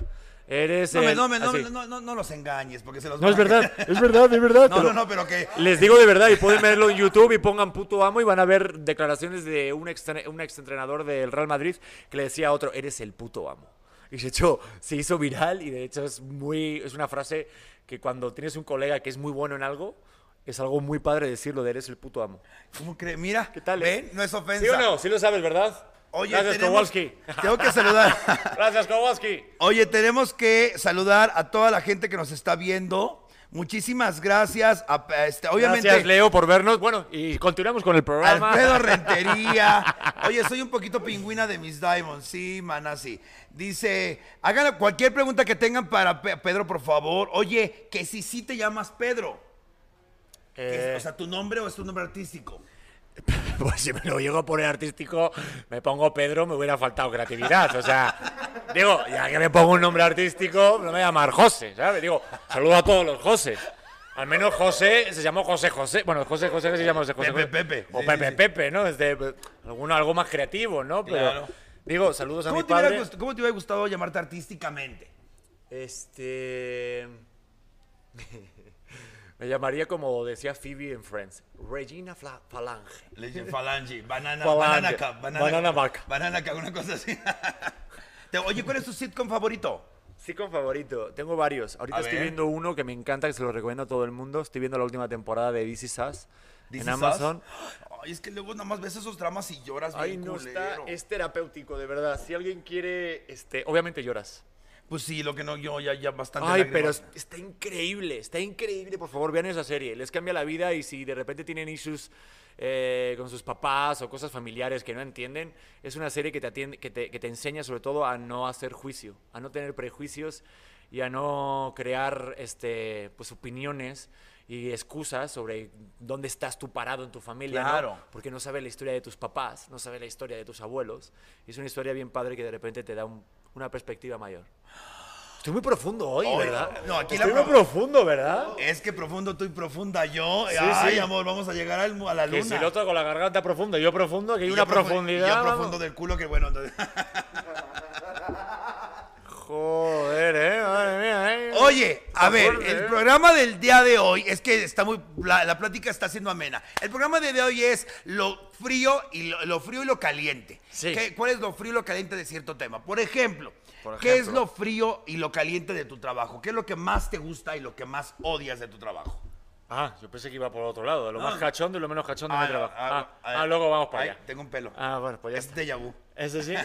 Eres
no, me-
el-
no, me- no,
así.
me- no, no, no los engañes, porque se los...
No, es verdad, es verdad, es verdad.
No,
te lo-
no, no, pero que...
les digo de verdad, y pueden verlo en YouTube y pongan puto amo y van a ver declaraciones de un, extre- un exentrenador del Real Madrid que le decía a otro, eres el puto amo. Y de hecho se hizo viral y de hecho es muy, es una frase que cuando tienes un colega que es muy bueno en algo, es algo muy padre decirlo de eres el puto amo.
¿Cómo cree? Mira,
¿Qué tal? eh?
ven, no es ofensa.
¿Sí o no? Sí lo sabes, ¿verdad?
Oye,
Gracias,
tenemos-
Kowalski.
Tengo que saludar...
Gracias, Kowalski.
Oye, tenemos que saludar a toda la gente que nos está viendo. Muchísimas gracias. A, a este, obviamente,
Gracias, Leo, por vernos. Bueno, y continuamos con el programa.
Alfredo Rentería. Oye, soy un poquito pingüina de mis Diamonds. Sí, mana, sí. Dice, hagan cualquier pregunta que tengan para Pe- Pedro, por favor. Oye, que si sí te llamas Pedro. Que-
Eh,
o sea, ¿tu nombre o es tu nombre artístico?
Pues si me lo llego a poner artístico, me pongo Pedro, me hubiera faltado creatividad. O sea, digo, ya que me pongo un nombre artístico, no me voy a llamar José, ¿sabes? Digo, saludo a todos los José. Al menos José se llamó José José. Bueno, José José que se llama José José.
Pepe,
José.
Pepe.
O
Sí,
Pepe
sí, sí.
Pepe, ¿no? Este, pues, alguno, algo más creativo, ¿no? Pero,
Claro.
Digo, saludos a mi
¿Cómo te, hubiera
padre.
gust- ¿Cómo te hubiera gustado llamarte artísticamente?
Este. me llamaría como decía Phoebe en Friends, Regina Fla- Falange.
Le dicen falange, banana,
Falange,
banana cup, banana,
banana
cup,
vaca.
Banana cup, una cosa así. Te- Oye, ¿cuál es tu sitcom favorito?
Sí, con favorito. Tengo varios. Ahorita
A
estoy
ver.
viendo uno que me encanta, que se lo recomiendo a todo el mundo. Estoy viendo la última temporada de DC Sass
This
en
Is
Amazon.
Us. Ay, es que luego nada más ves esos dramas y lloras
Ay,
bien
no está.
culero.
Es terapéutico, de verdad. Si alguien quiere, este, obviamente lloras.
Pues sí, lo que no, yo ya, ya bastante
Ay, pero
lágrimas.
es- está increíble, está increíble. Por favor, vean esa serie. Les cambia la vida y si de repente tienen issues eh, con sus papás o cosas familiares que no entienden, es una serie que te, atiende- que, te, que te enseña sobre todo a no hacer juicio, a no tener prejuicios y a no crear este, pues, opiniones y excusas sobre dónde estás tú parado en tu familia. ¿no?
Claro.
Porque no sabe la historia de tus papás, no sabe la historia de tus abuelos. Es una historia bien padre que de repente te da un- una perspectiva mayor. Estoy muy profundo hoy,
Hoy,
¿verdad?
no, aquí la
Estoy muy
pro-
profundo, ¿verdad?
Es que profundo tú y profunda yo.
Sí,
Ay,
sí.
amor, vamos a llegar al mu- a la luna.
Que si el otro con la garganta profunda, yo profundo, que hay
Y
una
yo profu-
profundidad.
y Yo
vamos.
profundo del culo que bueno. entonces-
Joder, eh, madre mía, eh.
Oye, a
Está
ver,
fuerte,
el
eh.
programa del día de hoy es que está muy la, la plática está siendo amena. El programa del día de hoy es lo frío y lo, lo frío y lo caliente.
Sí.
¿Qué- ¿Cuál es lo frío y lo caliente de cierto tema? Por ejemplo,
Por
¿qué es
ejemplo.
lo frío y lo caliente de tu trabajo? ¿Qué es lo que más te gusta y lo que más odias de tu trabajo?
Ah, yo pensé que iba por otro lado, de lo más cachondo y lo menos cachondo de
Ah,
mi trabajo.
ah,
Ah,
ah,
ah, luego vamos para
ay,
allá.
Tengo un pelo.
Ah, bueno, pues ya
es
está.
déjà vu. Oh,
Eso sí.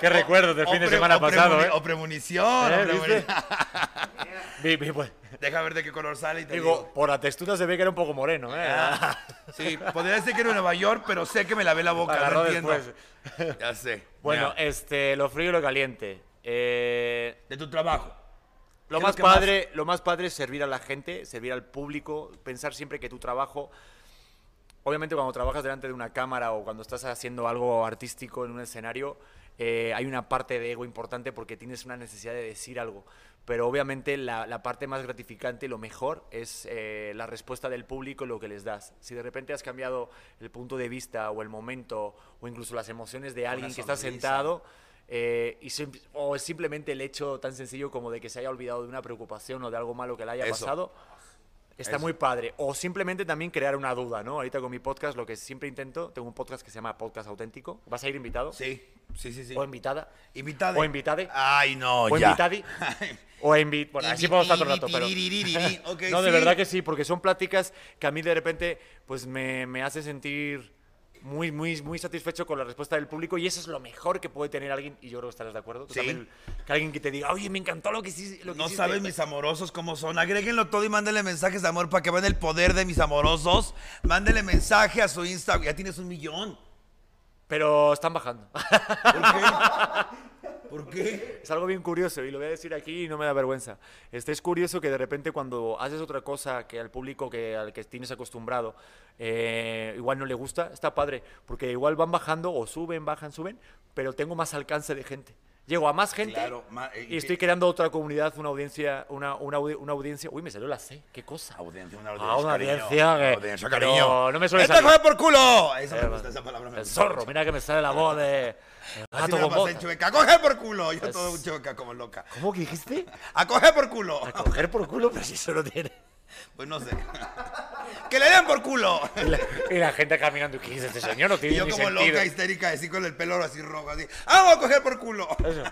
Qué recuerdos del
O
fin de
pre-
semana
o
pasado,
premoni-
¿eh?
O oh, premonición.
¿Eh?
o premoni-
¿Viste? Vi- vi, pues.
Deja ver de qué color sale y te Ah.
Digo, por la textura se ve que era un poco moreno, ¿eh?
Sí, podría decir que era Nueva York, pero sé que me lavé la boca,
Agarró
no entiendo.
después.
Ya sé.
Bueno,
Ya.
este, lo frío y lo caliente. Eh,
de tu trabajo.
Lo
¿Qué es
más,
que
padre, lo más padre es servir a la gente, servir al público, pensar siempre que tu trabajo obviamente cuando trabajas delante de una cámara o cuando estás haciendo algo artístico en un escenario, eh, hay una parte de ego importante porque tienes una necesidad de decir algo. Pero obviamente la, la parte más gratificante y lo mejor es eh, la respuesta del público y lo que les das. Si de repente has cambiado el punto de vista o el momento o incluso las emociones de alguien que está
sonrisa.
sentado, eh, y sim- o simplemente el hecho tan sencillo como de que se haya olvidado de una preocupación o de algo malo que le haya
Eso.
pasado, está
Eso.
muy padre. O simplemente también crear una duda, ¿no? Ahorita con mi podcast, lo que siempre intento, tengo un podcast que se llama Podcast Auténtico. ¿Vas a ir invitado?
Sí, sí, sí, sí.
¿O invitada?
Invitade.
¿O invitade?
Ay, no,
¿O
ya.
invitadi? ¿O invi- Bueno, así puedo estar todo el rato, pero...
Ibitiriririririri. Ok,
no, de
sí.
verdad que sí, porque son pláticas que a mí de repente pues me, me hace sentir muy, muy, muy satisfecho con la respuesta del público y eso es lo mejor que puede tener alguien, y yo creo que estarás de acuerdo, tú
Sí.
también, que alguien que te diga, oye, me encantó lo que hiciste. Lo que
No
hiciste".
saben mis amorosos cómo son. Agréguenlo todo y mándenle mensajes de amor para que vean el poder de mis amorosos. Mándenle mensaje a su Instagram. Ya tienes un millón.
Pero están bajando.
¿Por qué? ¿Por qué?
Es algo bien curioso y lo voy a decir aquí y no me da vergüenza. Este es curioso que de repente cuando haces otra cosa que al público que, al que tienes acostumbrado eh, igual no le gusta, está padre, porque igual van bajando o suben, bajan, suben, pero tengo más alcance de gente. Llego a más gente
Claro, ma- eh,
y estoy creando otra comunidad, una audiencia, una, una, audi- una audiencia. Uy, me salió la C, qué cosa.
Audiencia, una
Ah, una
cariño.
audiencia que-
Audiencia,
pero
cariño.
no me suele
¡Este
salir.
fue por culo! Esa me
Eh,
gusta, esa palabra me
El
gusta
zorro,
mucho.
mira que me sale la voz de el
Así me
gato
la
con
pasé en
botas.
Chueca. ¡Coge por culo! Yo
Es-
todo chueca como loca.
¿Cómo que dijiste?
¡A coger por culo!
A coger por culo, pero si eso no tiene...
Pues no sé. ¡Que le den por culo!
Y la, y la gente caminando, ¿qué dice este señor? No
Y
tiene
yo
ni
como
sentido.
loca, histérica, así con el pelo así rojo, así. ¡Vamos a coger por culo!
Eso.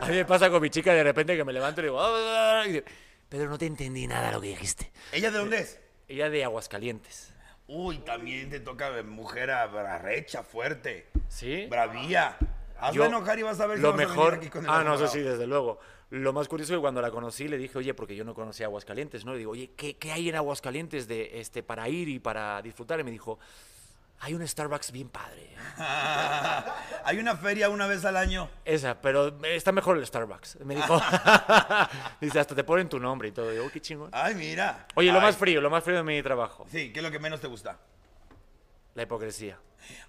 A mí me pasa con mi chica de repente que me levanto y digo, "Ah", y dice, pero no te entendí nada lo que dijiste.
¿Ella de dónde es?
Ella de Aguascalientes.
Uy, también te toca ver mujer a- arrecha, fuerte.
¿Sí?
Bravía. Hazme
Yo-
enojar y vas a ver si
lo
vas a venir
mejor.
aquí con el
ah, no, eso
enamorado.
sí, desde luego. Lo más curioso es que cuando la conocí le dije, oye, porque yo no conocía Aguascalientes, ¿no? Le digo, oye, ¿qué, qué hay en Aguascalientes de, este, para ir y para disfrutar? Y me dijo, hay un Starbucks bien padre.
Hay una feria una vez al año.
Esa, pero está mejor el Starbucks. Me dijo, dice, hasta te ponen tu nombre y todo. Digo, "Oh, qué chingón.
Ay, mira.
Oye, lo
Ay.
más frío, lo más frío de mi trabajo,
Sí, ¿qué es lo que menos te gusta?
la hipocresía.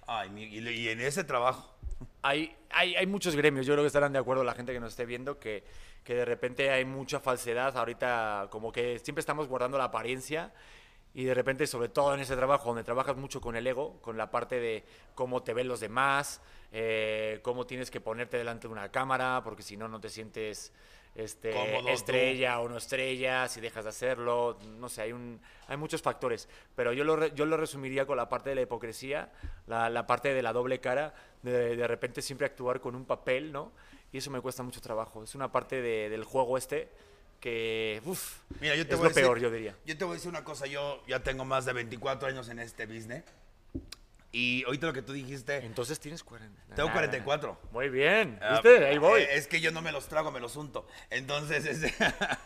Ay, mi- y, y en ese trabajo.
Hay, hay, hay muchos gremios, yo creo que estarán de acuerdo la gente que nos esté viendo, que, que de repente hay mucha falsedad. Ahorita, como que siempre estamos guardando la apariencia y de repente, sobre todo en ese trabajo donde trabajas mucho con el ego, con la parte de cómo te ven los demás, eh, cómo tienes que ponerte delante de una cámara, porque si no, no te sientes este,
Cómodo tú.
estrella o no estrella, si dejas de hacerlo, no sé, hay, un, hay muchos factores. Pero yo lo, re- yo lo resumiría con la parte de la hipocresía, la, la parte de la doble cara, de, de repente siempre actuar con un papel, ¿no? Y eso me cuesta mucho trabajo. Es una parte de- del juego este que, uff,
Mira, yo te
es
voy
lo
a decir-
peor, yo diría.
Yo te voy a decir una cosa. Yo ya tengo más de 24 años en este business. Y ahorita lo que tú dijiste.
Entonces tienes 40.
Tengo
Nah,
44.
nah, nah. Muy bien,
Ah,
¿viste? Ahí voy.
eh, Es que yo no me los trago, me los unto. Entonces, este,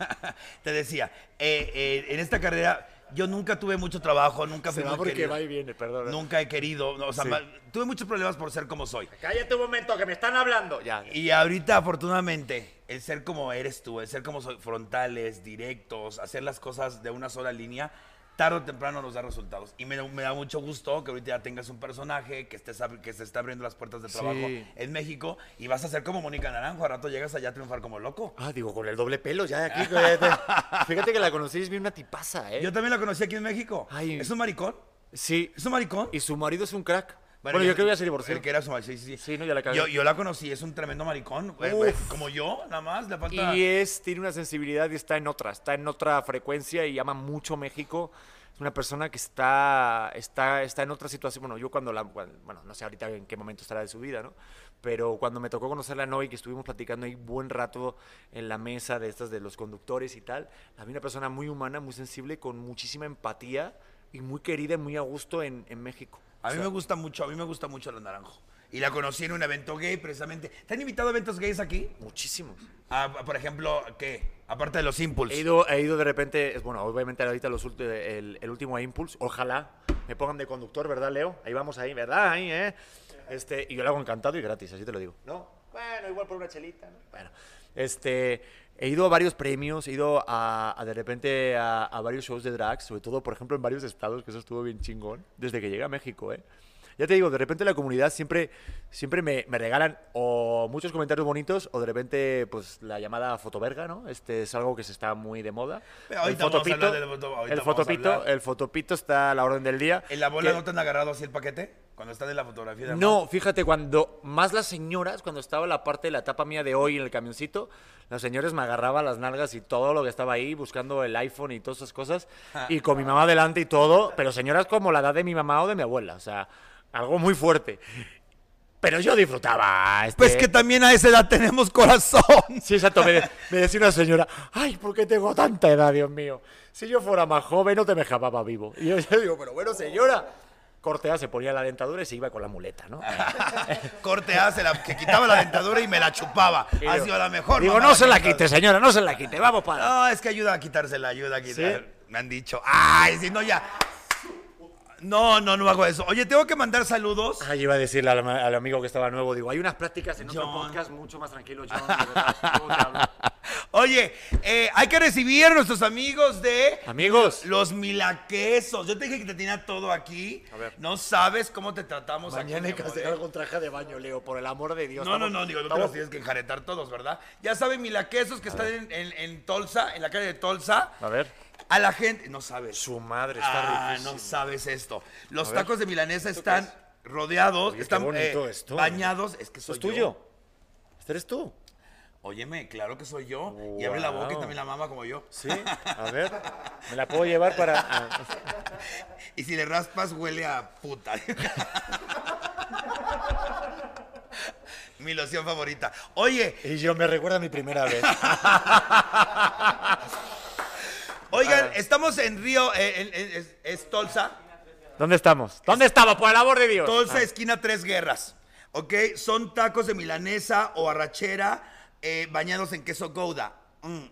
te decía, eh, eh, en esta carrera yo nunca tuve mucho trabajo, nunca fui
Se va
muy
porque
querido.
va y viene, perdón.
Nunca he querido, no, o sea, ma- tuve muchos problemas por ser como soy.
Cállate un momento, que me están hablando. Ya.
Y ahorita, afortunadamente, el ser como eres tú, el ser como soy, frontales, directos, hacer las cosas de una sola línea, tarde o temprano nos da resultados. Y me, da- me da mucho gusto que ahorita ya tengas un personaje que, estés abri- que se está abriendo las puertas de trabajo
Sí.
en México y vas a ser como Mónica Naranjo. A rato llegas allá a triunfar como loco.
Ah, digo, con el doble pelo ya de aquí. con el- Fíjate que la conocí, es bien una tipaza, ¿eh?
Yo también la conocí aquí en México.
Ay.
¿Es un maricón?
Sí.
¿Es un maricón?
Y su marido es un crack. Bueno,
ya-
yo creo que ya se divorció.
El que era su marido, sí, sí, sí.
Sí, no, ya la cagué.
Yo, yo la conocí, es un tremendo maricón. güey,
Uf.
güey, Como yo, nada más, le falta...
Y es, tiene una sensibilidad y está en otra, está en otra frecuencia y ama mucho México. Es una persona que está, está, está en otra situación. Bueno, yo cuando la, cuan- bueno, no sé ahorita en qué momento estará de su vida, ¿no? Pero cuando me tocó conocerla en hoy, que estuvimos platicando ahí buen rato en la mesa de estas de los conductores y tal, la vi una persona muy humana, muy sensible, con muchísima empatía y muy querida y muy a gusto en, en México.
A mí me gusta mucho, a mí me gusta mucho la naranjo. Y la conocí en un evento gay, precisamente. ¿Te han invitado a eventos gays aquí?
Muchísimos.
A, a, por ejemplo, ¿qué? Aparte de los Impulse.
He ido, he ido de repente, es bueno, obviamente ahorita los ulti- el, el último a Impulse, ojalá me pongan de conductor, ¿verdad, Leo? Ahí vamos, ahí, ¿verdad? Ahí, ¿eh? Este, y yo lo hago encantado y gratis, así te lo digo. ¿No? Bueno, igual por una chelita, ¿no? Bueno, este, He ido a varios premios, he ido a, a de repente a, a varios shows de drag, sobre todo, por ejemplo, en varios estados, que eso estuvo bien chingón, desde que llegué a México, ¿eh? Ya te digo, de repente la comunidad siempre, siempre me, me regalan o muchos comentarios bonitos o de repente pues la llamada fotoverga, ¿no? Este es algo que se está muy de moda.
Pero ahorita vamos a hablar del foto- ahorita
el
vamos a
fotopito,
hablar.
el fotopito está a la orden del día.
¿En la bola
Que-
no te han agarrado así el paquete? Cuando estás en la fotografía. de
no, fíjate, cuando más las señoras, cuando estaba la parte de la etapa mía de hoy en el camioncito, las señoras me agarraban las nalgas y todo lo que estaba ahí, buscando el iPhone y todas esas cosas, y con mi mamá delante y todo, pero señoras como la edad de mi mamá o de mi abuela, o sea, algo muy fuerte. Pero yo disfrutaba. este-
Pues que también a esa edad tenemos corazón.
Sí, exacto. Me, de- me decía una señora, ay, ¿por qué tengo tanta edad, Dios mío? Si yo fuera más joven, no te me jamaba vivo. Y yo, yo digo, pero bueno, señora. Cortea se ponía la dentadura y se iba con la muleta, ¿no?
Corte A, se la- que quitaba la dentadura y me la chupaba.
Y
ha
digo-
sido la mejor.
Digo,
mamada
no se
que
la
he dado".
quite, señora, no se la quite. Vamos para.
No, es que ayuda a quitársela, ayuda a quitar.
¿Sí?
Me han dicho. Ay, si no ya. No, no, no hago eso. Oye, tengo que mandar saludos.
Ah, yo iba a decirle al, ama- al amigo que estaba nuevo, digo, hay unas prácticas en otro
John.
podcast mucho más tranquilo, John. de verdad, luego te hablo.
Oye, eh, hay que recibir a nuestros amigos de
Amigos,
los milaquesos. Yo te dije que te tenía todo aquí.
A ver.
No sabes cómo te tratamos
mañana hay
aquí.
que
mi amor,
hacer
¿eh?
algo con traje de baño, Leo, por el amor de Dios.
No, no,
estamos-
no, digo, no te
estamos-
los tienes que enjaretar todos, ¿verdad? Ya saben, milaquesos que están en, en- en Tolsa, en la calle de Tolsa.
A ver,
A la gente. No sabes.
su madre está
Ah,
riquísima.
no sabes esto. Los
ver.
tacos de milanesa están rodeados,
Oye, qué
están eh,
bonito esto.
bañados. Es que
¿Esto
soy
es tuyo? ¿Este eres tú?
yo. Óyeme, claro que soy yo. Y abre la boca y
Wow.
también la mama como yo.
Sí, a ver. Me la puedo llevar para. ah,
Y si le raspas, huele a puta. Mi loción favorita. Oye,
Y yo me recuerda a mi primera vez.
oigan, estamos en Río, eh, en- en- es, es Tolsa.
¿Dónde estamos? ¿Dónde estaba? Por el amor de Dios.
Tolsa, esquina Tres Guerras. ¿Ok? Son tacos de milanesa o arrachera eh, bañados en queso gouda. Mm,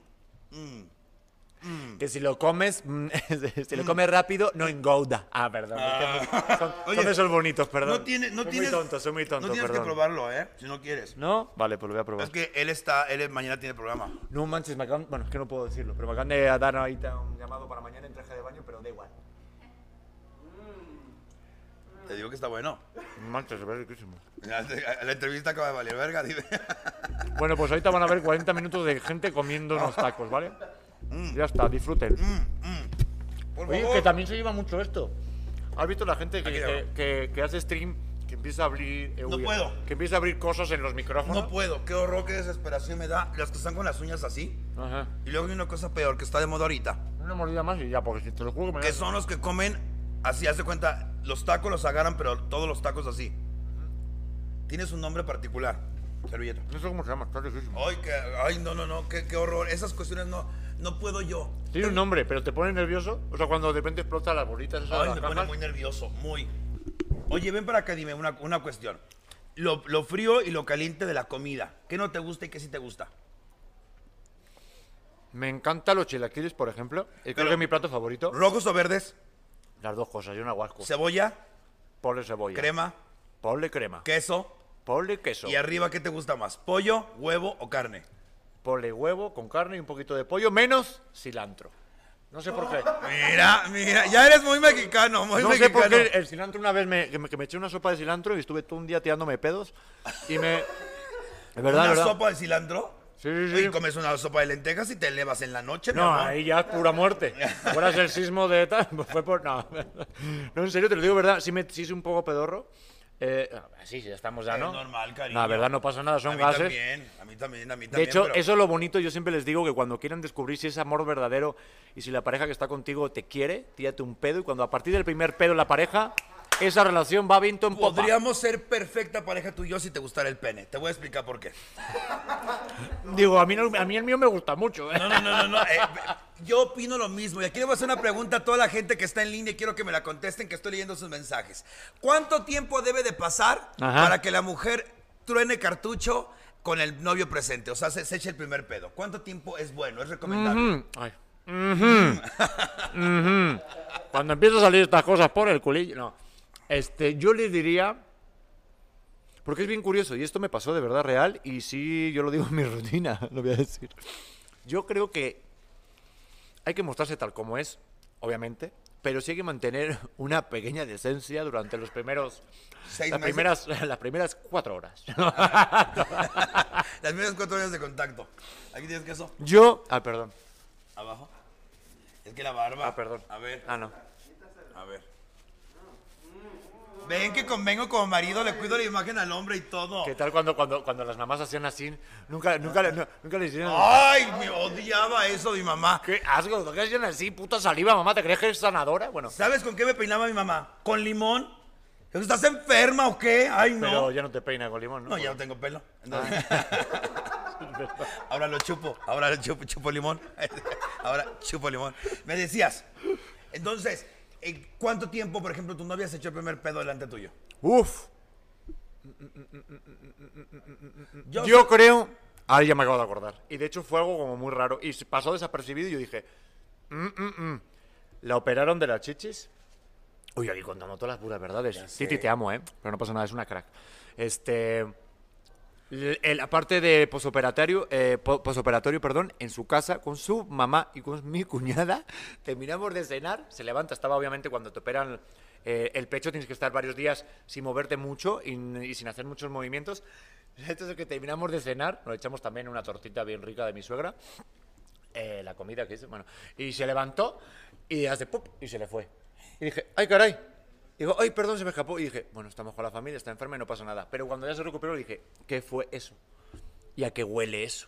Que si lo comes, mm, si lo comes rápido, no engorda. Ah, perdón. es que Son, son
Oye,
esos bonitos, perdón.
No tiene- no
soy
tienes-
muy tonto, soy muy tonto,
No tienes
perdón.
que probarlo, ¿eh? Si no quieres.
¿No? Vale, pues lo voy a probar.
Es que él está, él mañana tiene programa.
No manches, me acaban... Bueno, es que no puedo decirlo, pero me acaban de dar ahorita un llamado para mañana en traje de baño, pero da igual.
Te digo que está bueno.
Manches, es riquísimo.
La, la entrevista acaba de valer verga, dime.
Bueno, pues ahorita van a haber 40 minutos de gente comiendo unos tacos, ¿vale?
Mm.
Ya está, disfruten.
Por
Oye,
favor.
que también se lleva mucho esto. ¿Has visto la gente que,
Aquí
que,
abajo.
que- que hace stream, que empieza a abrir... eh,
No
uy,
puedo.
Que empieza a abrir cosas en los micrófonos?
No puedo, qué horror, qué desesperación me da. Las que están con las uñas así.
Ajá.
Y luego hay una cosa peor que está de moda ahorita.
Una mordida más y ya, porque si te lo juro que me
Que son los que comen así, hace cuenta, los tacos los agarran, pero todos los tacos así. Tienes un nombre particular, servilleta.
No sé cómo se llama, está riquísimo.
Ay, que, ay, no, no, no, qué, qué horror. Esas cuestiones no, no puedo yo.
Tiene un nombre, pero te pone nervioso. O sea, cuando de repente explota las bolitas esas de
Ay,
las
me pone
cajas.
muy nervioso, muy. Oye, ven para acá, dime una, una cuestión. Lo, lo frío y lo caliente de la comida. ¿Qué no te gusta y qué sí te gusta?
Me encantan los chilaquiles, por ejemplo. y creo
Pero-
que es mi plato favorito.
¿Rojos o verdes?
Las dos cosas, yo no aguasco.
¿Cebolla?
Ponle cebolla.
¿Crema?
Ponle crema.
¿Queso?
Ponle queso.
¿Y arriba qué te gusta más? ¿Pollo, huevo o carne?
Ponle huevo con carne y un poquito de pollo, menos cilantro. No sé por qué.
Mira, mira, ya eres muy mexicano, muy
No sé
mexicano.
por qué eh, el cilantro una vez me, que me, que me eché una sopa de cilantro y estuve todo un día tirándome pedos y me... Es verdad,
¿Una
es verdad.
sopa de cilantro?
Sí, sí, sí.
Y comes una sopa de lentejas y te elevas en la noche, mi
No,
amor.
ahí ya es pura muerte. Ahora es el sismo de tal. Fue por. No. No, en serio, te lo digo verdad. Sí, me, sí soy un poco pedorro. Eh, así, ya estamos ya,
Es
¿no?
normal, cariño.
La verdad, no pasa nada, son
a mí
gases.
también, a mí también, a mí
De
también.
hecho,
pero-
eso es lo bonito. Yo siempre les digo que cuando quieran descubrir si es amor verdadero y si la pareja que está contigo te quiere, tírate un pedo. Y cuando a partir del primer pedo la pareja, esa relación va viento en popa.
Podríamos ser perfecta pareja tú y yo si te gustara el pene. Te voy a explicar por qué.
Digo, a mí, no- a mí el mío me gusta mucho. ¿eh?
No, no, no, no. no. eh, yo opino lo mismo. Y aquí le voy a hacer una pregunta a toda la gente que está en línea y quiero que me la contesten, que estoy leyendo sus mensajes. ¿Cuánto tiempo debe de pasar
Ajá.
para que la mujer truene cartucho con el novio presente? O sea, se, se eche el primer pedo. ¿Cuánto tiempo es bueno? ¿Es recomendable?
Mm, ay. Ujú. Ujú. Cuando empiezan a salir estas cosas por el culillo, no. Este, yo les diría, porque es bien curioso, y esto me pasó de verdad real, y sí, yo lo digo en mi rutina, lo voy a decir. Yo creo que hay que mostrarse tal como es, obviamente, pero sí hay que mantener una pequeña decencia durante los primeros.
Seis
las,
meses.
primeras, las primeras cuatro horas.
Las primeras cuatro horas de contacto. Aquí tienes queso.
Yo. Ah, perdón.
Abajo. Es que la barba.
Ah, perdón.
A ver.
Ah, no.
A ver. Ven que convengo como marido, le cuido la imagen al hombre y todo.
¿Qué tal cuando, cuando, cuando las mamás hacían así? Nunca, nunca,
Ah.
le- no, nunca les hicieron.
Ay, me odiaba eso de mi mamá.
¡Qué asco! ¿Nunca les hicieron así? ¡Puta saliva, mamá! ¿Te crees que eres sanadora? Bueno,
¿Sabes con qué me peinaba mi mamá? ¿Con limón? ¿Estás enferma o qué? Ay, no.
pero ya no te peina con limón, ¿no?
No, ya no tengo pelo. Entonces-
Ah.
ahora lo chupo, ahora lo chupo, chupo limón. ahora chupo limón. Me decías, entonces, ¿en ¿cuánto tiempo, por ejemplo, tú no habías hecho el primer pedo delante tuyo?
¡Uf!
Yo,
Yo creo. Ahí ya me acabo de acordar. Y de hecho fue algo como muy raro. Y se pasó desapercibido y yo dije. "Mm, mm, mm". La operaron de las chichis. Uy, aquí contamos todas las puras verdades. Titi, te amo, ¿eh? Pero no pasa nada, es una crack. Este. l- el- La parte de posoperatorio, eh, po- posoperatorio, perdón, en su casa con su mamá y con mi cuñada, terminamos de cenar, se levanta, estaba obviamente cuando te operan eh, el pecho, tienes que estar varios días sin moverte mucho y, n- y sin hacer muchos movimientos. Esto es el que terminamos de cenar, nos echamos también una tortita bien rica de mi suegra, eh, la comida que hice, bueno, y se levantó y hace pop y se le fue. Y dije, ay caray. Digo, ay, perdón, se me escapó. Y dije, bueno, estamos con la familia, está enferma y no pasa nada. Pero cuando ya se recuperó, dije, ¿qué fue eso? ¿Y a qué huele eso?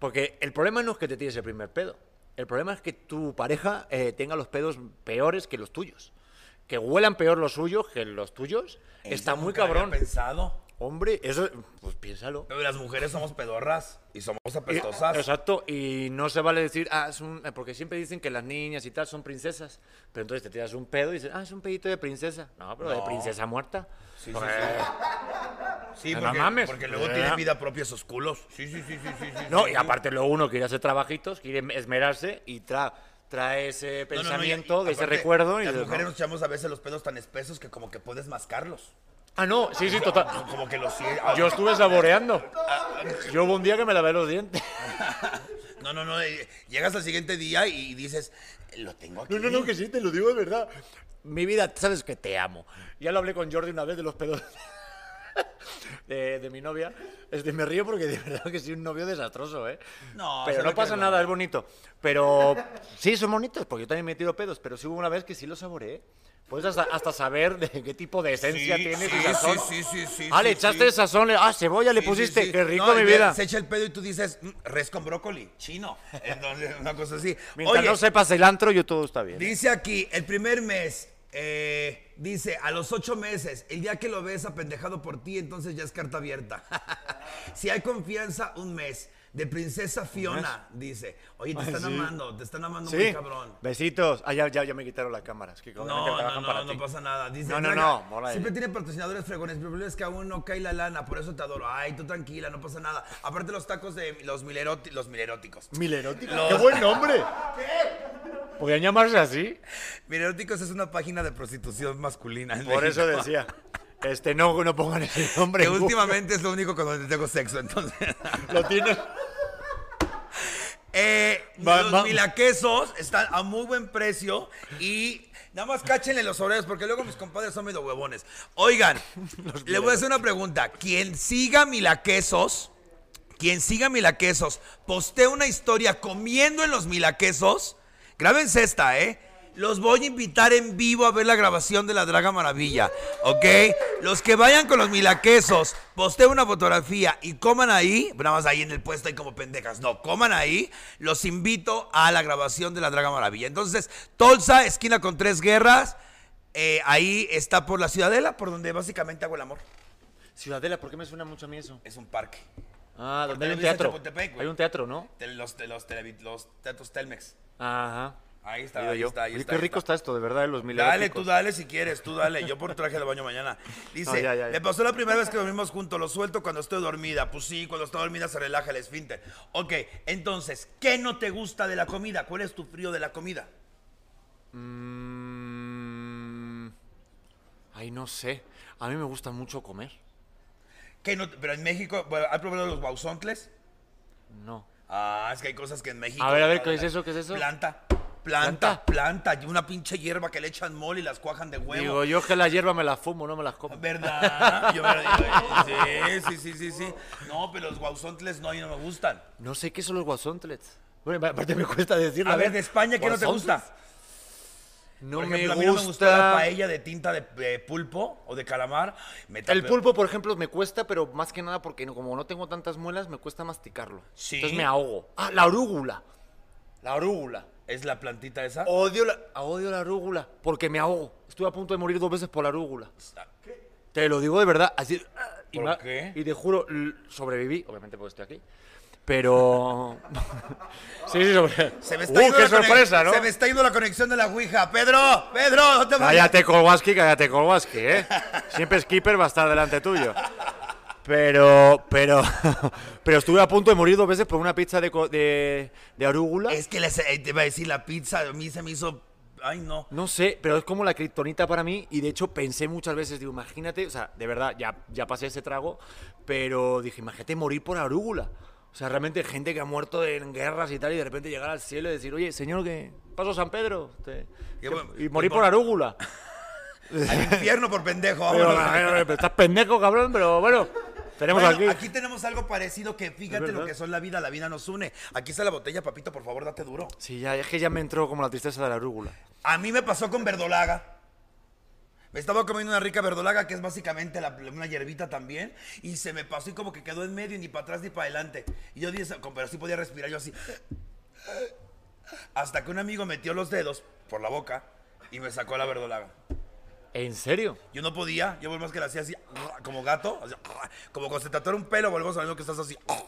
Porque el problema no es que te tires el primer pedo. El problema es que tu pareja eh, tenga los pedos peores que los tuyos. Que huelan peor los suyos que los tuyos. está muy
nunca había
cabrón.
pensado.
Hombre, eso, pues piénsalo.
Pero las mujeres somos pedorras y somos
Y-
apestosas.
Exacto, y no se vale decir, ah, es un. eh, Porque siempre dicen que las niñas y tal son princesas. Pero entonces te tiras un pedo y dices, ah, es un pedito de princesa. No, pero de
No.
princesa muerta. Pues,
Sí, sí, sí. Pues, Sí,
No
porque,
mames.
porque luego
Eh.
tienen vida propia esos culos. Sí, sí, sí, sí, sí. sí,
No,
sí.
y aparte lo uno quiere hacer trabajitos, quiere esmerarse y tra- trae ese
No, no, no, y-
pensamiento, de ese
aparte,
recuerdo. Y
Las
dices,
mujeres
no.
nos echamos a veces los pedos tan espesos que como que puedes mascarlos.
Ah, no, sí, sí, total.
Como que los...
Yo estuve saboreando. Yo hubo un día que me lavé los dientes.
No, no, no. eh, Llegas al siguiente día y dices, lo tengo aquí.
No, no, no, que sí, te lo digo de verdad. Mi vida, sabes que te amo. Ya lo hablé con Jordi una vez de los pedos de, de mi novia. Este, me río porque de verdad que soy un novio desastroso, ¿eh?
No, se
pero
lo
no pasa
creo.
nada, es bonito. Pero sí, son bonitos, porque yo también me tiro pedos, pero sí hubo una vez que sí lo saboreé. Puedes hasta, hasta saber de qué tipo de esencia
Sí,
tienes
sí,
y sazón.
sí, sí, sí, sí,
ah, le
sí,
echaste
sí.
sazón, le- ah, cebolla le
Sí,
pusiste,
sí, sí.
qué rico
No,
mi
y le-
vida.
Se echa el pedo y tú dices, "Mm, res con brócoli, chino. Entonces, una cosa así.
Mientras
Oye,
no sepas el antro, yo todo está bien.
dice aquí, el primer mes, eh, dice, a los ocho meses, el día que lo ves apendejado por ti, entonces ya es carta abierta. si hay confianza, un mes. De princesa Fiona, dice. Oye, te están amando, te están amando muy
Sí.
cabrón.
Besitos. Ah, ya, ya, ya me quitaron las cámaras. Que
No,
obviamente
no,
trabajan para
no, no
ti.
pasa nada. Dice,
No, no,
"Draga,
no, mola
Siempre
de-
tiene patrocinadores fregones, pero el problema es que aún no cae la lana, por eso te adoro. Ay, tú tranquila, no pasa nada. Aparte los tacos de los, mileroti- los mileróticos.
Milerótico.
Los-
¡Qué buen nombre! ¿Podían llamarse así?
Mileróticos es una página de prostitución masculina. en
Por eso
México,
decía. Este, no, no pongan ese nombre.
Que
en Google.
últimamente es lo único con donde tengo sexo, entonces.
Lo tienes.
Eh,
Va-
los
va-
milaquesos están a muy buen precio y nada más cáchenle los horarios porque luego mis compadres son medio huevones. Oigan, le voy a hacer una pregunta. Quien siga milaquesos, quien siga milaquesos, postee una historia comiendo en los milaquesos, grábense esta, ¿eh? Los voy a invitar en vivo a ver la grabación de La Draga Maravilla, ¿ok? Los que vayan con los milaquesos, posteen una fotografía y coman ahí, nada más ahí en el puesto hay como pendejas, no, coman ahí, los invito a la grabación de La Draga Maravilla. Entonces, Tolsa, esquina con tres guerras, eh, ahí está por la Ciudadela, por donde básicamente hago el amor.
Ciudadela, ¿por qué me suena mucho a mí eso?
Es un parque.
Ah, donde hay un
Televisa
teatro.
Chapultepec, güey.
Hay un teatro, ¿no?
Te- Los, te- los, televi- los teatros Telmex.
Ajá.
Ahí está,
Digo
ahí
yo.
está, ahí
Oye,
está.
qué
ahí
rico está. esto, de verdad, de los mileróticos.
Dale, tú dale si quieres, tú dale. Yo por traje de baño mañana. Dice,
No, ya, ya, ya.
le pasó la primera vez que dormimos juntos, lo suelto cuando estoy dormida. Pues sí, cuando está dormida se relaja el esfínter. Ok, entonces, ¿qué no te gusta de la comida? ¿Cuál es tu frío de la comida?
Mm. Ay, no sé. A mí me gusta mucho comer.
¿Qué no, pero en México, bueno, ¿has probado los bauzontles?
No.
Ah, es que hay cosas que en México.
A ver, a ver, ¿qué es eso? ¿Qué es eso?
Planta. Planta, planta, y una pinche hierba que le echan mol y las cuajan de huevo.
Digo, yo que la hierba me la fumo, no me las como.
¿Verdad? Yo me- sí, sí, sí, sí, sí. No, pero los guauzontles no, a mí no me gustan.
No sé qué son los guasontlets. Bueno, aparte me cuesta decirlo. ¿eh?
A ver, de España, ¿qué no te gusta?
¿Guasontlets? No
Por
me
ejemplo,
gusta.
a mí no me gustó la paella de tinta de, de pulpo o de calamar. Me
El
tapé-
pulpo, por ejemplo, me cuesta, pero más que nada porque no- como no tengo tantas muelas, me cuesta masticarlo.
Sí.
Entonces me ahogo. Ah, la orúgula. La orúgula.
¿Es la plantita esa?
Odio la, odio la orúgula porque me ahogo. Estuve a punto de morir dos veces por la orúgula. Te lo digo de verdad. Así, ah, y
¿Por
me-
qué?
Y te juro, l- sobreviví. Obviamente porque estoy aquí. Pero... sí, sí, sobre...
Se me, está
¡Uh,
yendo
qué
la conex-
sorpresa, ¿no?
se me está yendo la conexión de la Ouija. Pedro, Pedro, no te vayas.
Cállate, Kowalski, cállate, Kowalski, ¿eh? Siempre Skipper va a estar delante tuyo. Pero, pero, pero estuve a punto de morir dos veces por una pizza de, co- de, de arúgula.
Es que les, eh, te iba a decir la pizza, a mí se me hizo. Ay, no.
No sé, pero es como la kriptonita para mí y de hecho pensé muchas veces, digo, imagínate, o sea, de verdad, ya, ya pasé ese trago, pero dije, imagínate morir por arúgula. O sea, realmente gente que ha muerto en guerras y tal y de repente llegar al cielo y decir, oye, señor, que paso San Pedro Te-
Y
que-
bueno,
y morir
y por-
por arúgula.
Al infierno por pendejo.
Pero,
vámonos.
a ver, pero estás pendejo, cabrón, pero bueno, tenemos
Bueno,
aquí.
aquí tenemos algo parecido que fíjate lo
verdad.
que son la vida, la vida nos une. Aquí está la botella, papito, por favor, date duro.
Sí, ya, es que ya me entró como la tristeza de la arúgula.
A mí me pasó con verdolaga. Me estaba comiendo una rica verdolaga que es básicamente la- una hierbita también y se me pasó y como que quedó en medio ni para atrás ni para adelante. Y yo dije, pero sí podía respirar yo así. Hasta que un amigo metió los dedos por la boca y me sacó la verdolaga.
¿En serio?
Yo no podía, yo por más que la hacía así, como gato, así, como cuando se te atora un pelo, volvemos a lo mismo que estás así. así.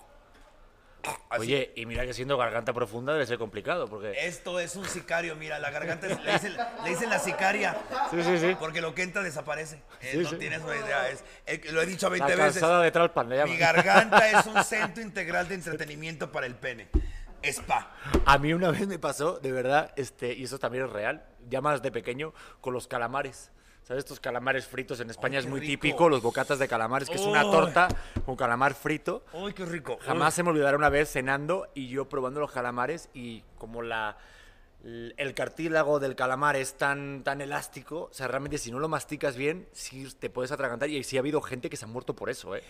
Oye, y mira que siendo garganta profunda debe ser complicado, porque...
Esto es un sicario, mira, la garganta es- le, dicen, le dicen la sicaria.
Sí, sí, sí.
Porque lo que entra desaparece. Eh,
Sí,
no
sí.
tienes una idea. Es, eh, lo he dicho 20
La
veces.
calzada de Tralpan, le
Mi
llaman.
garganta es un centro integral de entretenimiento para el pene. Spa.
A mí una vez me pasó, de verdad, este, y eso también es real, ya más de pequeño, con los calamares. ¿Sabes? Estos calamares fritos en
¡Ay,
España es
qué
muy
rico!
típico, los bocatas de calamares, que es una
¡Ay!
torta con calamar frito.
Uy, qué rico.
Jamás se me olvidará una vez cenando y yo probando los calamares y como la l- el cartílago del calamar es tan, tan elástico, o sea, realmente si no lo masticas bien, sí te puedes atragantar y sí ha habido gente que se ha muerto por eso, ¿eh?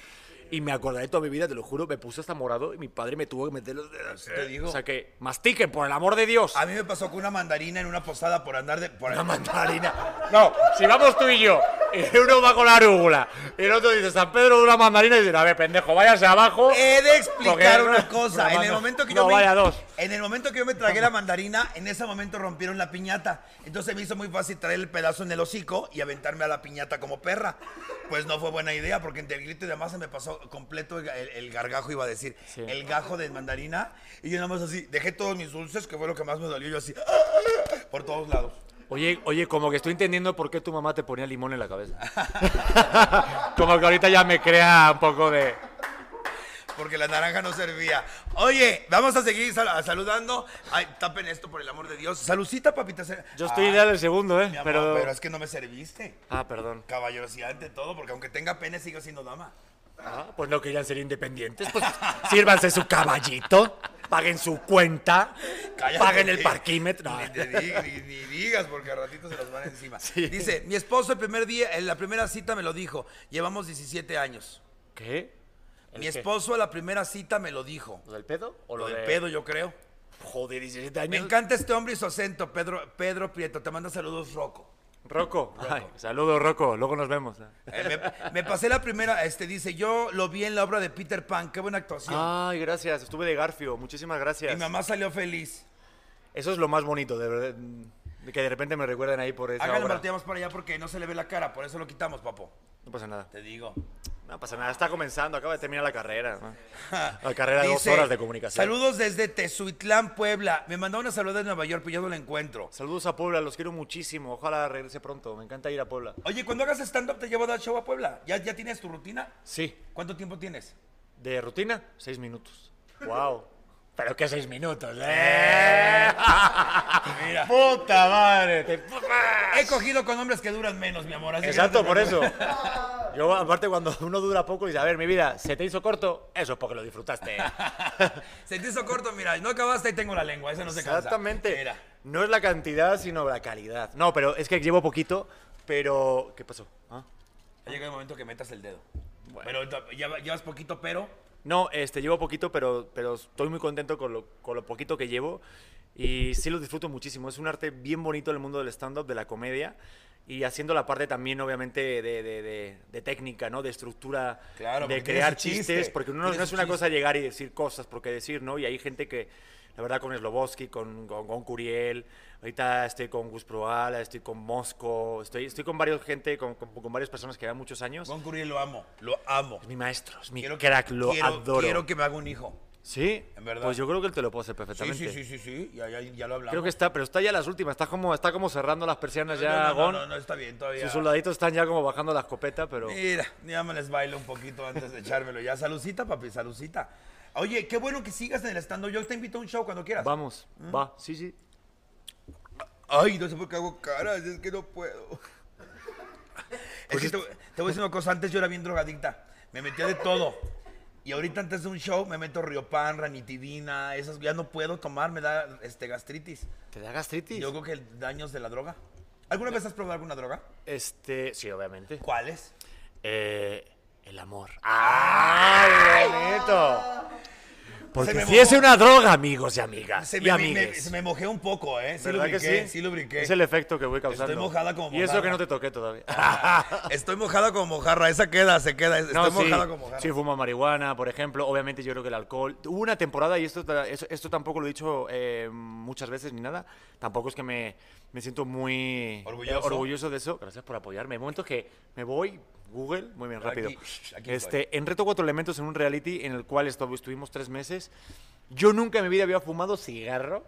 Y me acordaré toda mi vida, te lo juro, me puse hasta morado y mi padre me tuvo que meter los dedos.
Te
¿eh?
digo.
O sea que, mastiquen, por el amor de Dios.
A mí me pasó con una mandarina en una posada por andar de. Por
Una mandarina. No, si vamos tú y yo, y uno va con la arúgula, y el otro dice San Pedro de una mandarina, y dice, a ver, pendejo, váyase abajo.
He de explicar
Porque-
una cosa. En el
Ramando.
momento que
No,
yo me,
vaya dos.
En el momento que yo me tragué la mandarina, en ese momento rompieron la piñata. Entonces me hizo muy fácil traer el pedazo en el hocico y aventarme a la piñata como perra. Pues no fue buena idea, porque entre el grito y demás se me pasó completo el, el- el gargajo, iba a decir.
Sí.
El gajo de mandarina. Y yo nada más así, dejé todos mis dulces, que fue lo que más me dolió. Yo así, por todos lados.
Oye, oye, como que estoy entendiendo por qué tu mamá te ponía limón en la cabeza. como que ahorita ya me crea un poco de.
Porque la naranja no servía. Oye, vamos a seguir sal- saludando. Ay, tapen esto por el amor de Dios. Salucita, papita.
Yo estoy
Ay,
ya del segundo, ¿eh?
Ah. mi amor,
pero...
pero... es que no me serviste.
Ah, perdón.
Caballerosidad ante todo, porque aunque tenga pene, sigo siendo dama.
Ah, pues no querían ser independientes. Pues sírvanse su caballito, paguen su cuenta,
Cállate.
paguen el parquímetro. Ah, No.
Ni, te di- ni- ni digas, porque a ratito se los van encima.
Sí.
Dice, mi esposo el primer día, en la primera cita me lo dijo. Llevamos 17 años.
¿Qué? ¿El
Mi
qué?
esposo a la primera cita me lo dijo.
¿Lo del pedo? ¿O
Lo
lo,
del
de-
pedo, yo creo.
Joder, 17 años.
Me encanta este hombre y su acento, Pedro, Pedro Prieto. Te manda saludos, Rocco.
Rocco. Ay, saludos, Rocco. Luego nos vemos.
Eh, me, me pasé la primera, este dice, yo lo vi en la obra de Peter Pan, qué buena actuación.
Ay, gracias. Estuve de Garfio. Muchísimas gracias.
Mi mamá salió feliz.
Eso es lo más bonito, de verdad. mm, Que de repente me recuerden ahí por esa
Háganle
obra.
volteamos para allá porque no se le ve la cara, por eso lo quitamos, papo.
No pasa nada.
Te digo.
No pasa nada. Está comenzando. Acaba de terminar la carrera. ¿no? La carrera de dos
Dice,
horas de comunicación.
Saludos desde Tezuitlán, Puebla. Me mandó una salud de Nueva York, pero yo no la encuentro.
Saludos a Puebla. Los quiero muchísimo. Ojalá regrese pronto. Me encanta ir a Puebla.
Oye, cuando hagas stand-up te llevo a dar show a Puebla. ¿Ya, ¿Ya tienes tu rutina?
Sí.
¿Cuánto tiempo tienes?
¿De rutina? Seis minutos. Wow. Pero que seis minutos, ¿eh?
Mira.
¡Puta madre! te-
He cogido con hombres que duran menos, mi amor. así que
Exacto,
no te
por eso.
preocupes.
Yo, aparte, cuando uno dura poco, dice, a ver, mi vida, ¿se te hizo corto? Eso es porque lo disfrutaste.
Se te hizo corto, mira, no acabaste y tengo la lengua, eso no se cansa.
Exactamente.
Mira.
No es la cantidad, sino la calidad. No, pero es que llevo poquito, pero... ¿Qué pasó? ¿Ah?
Ha llegado el momento que metas el dedo. Pero ahorita ya va- llevas poquito, pero.
No, este, llevo poquito, pero, pero estoy muy contento con lo, con lo poquito que llevo y sí lo disfruto muchísimo. Es un arte bien bonito el mundo del stand-up, de la comedia y haciendo la parte también, obviamente, de, de- de- de técnica, ¿no? De estructura,
Claro,
de
porque tiene su
crear
chiste,
chistes, porque uno no,
tiene
no
su
es una
chiste.
cosa llegar y decir cosas porque decir, ¿no? Y hay gente que, la verdad, con Sloboski, con, con, con Curiel, ahorita estoy con Gus Proala, estoy con Mosco, estoy, estoy con varios gente, con, con, con varias personas que llevan muchos años.
Gon Curiel lo amo, lo amo.
Es mi maestro, es mi crack, lo
quiero-
adoro.
Quiero que me haga un hijo.
Sí,
En verdad.
Pues yo creo que él te lo puede hacer
Sí,
perfectamente.
sí, sí, sí, sí, ya, ya, ya lo hablamos.
Creo que está, pero está ya las últimas, está como, está como cerrando las persianas
No,
ya,
no, no,
Gon.
no, no, está bien todavía.
Sus soldaditos están ya como bajando la escopeta, pero.
Mira, ya me les bailo un poquito antes de echármelo. Ya, salucita, papi, salucita. Oye, qué bueno que sigas en el stand-up. Yo te invito a un show cuando quieras.
Vamos,
Mm.
va, sí, sí.
Ay, no sé por qué hago caras, es que no puedo. Es que te, te voy a decir una cosa, antes yo era bien drogadicta, me metía de todo. Y ahorita antes de un show me meto riopan, ranitidina, esas ya no puedo tomar, me da este gastritis.
¿Te da gastritis?
Yo creo que el daño es de la droga. ¿Alguna vez has probado alguna droga?
Este, sí, obviamente.
¿Cuáles?
Eh, el amor. ¡Ay, bonito!
Ah. Se me
Porque si
mojó.
es una droga, amigos y amigas.
Se
y
me, me-
amigues.
me- se me mojé un poco, ¿eh? Sí
¿Verdad
lubriqué,
que sí?
sí lubriqué.
Es el efecto que voy causando.
mojada como
Y eso
mojada.
que no te toqué todavía.
Estoy mojada como mojarra, esa queda, se queda. Estoy
No, sí,
mojada como mojarra.
sí, fuma marihuana, por ejemplo. Obviamente yo creo que el alcohol. Hubo una temporada, y esto, ta- eso- esto tampoco lo he dicho eh, muchas veces ni nada, tampoco es que me, me siento muy
Orgulloso.
eh, orgulloso de eso. Gracias por apoyarme. Hay momentos que me voy, Google, muy bien,
Aquí,
rápido.
aquí
este, en Reto Cuatro Elementos, en un reality en el cual estu- estuvimos tres meses, yo nunca en mi vida había fumado cigarro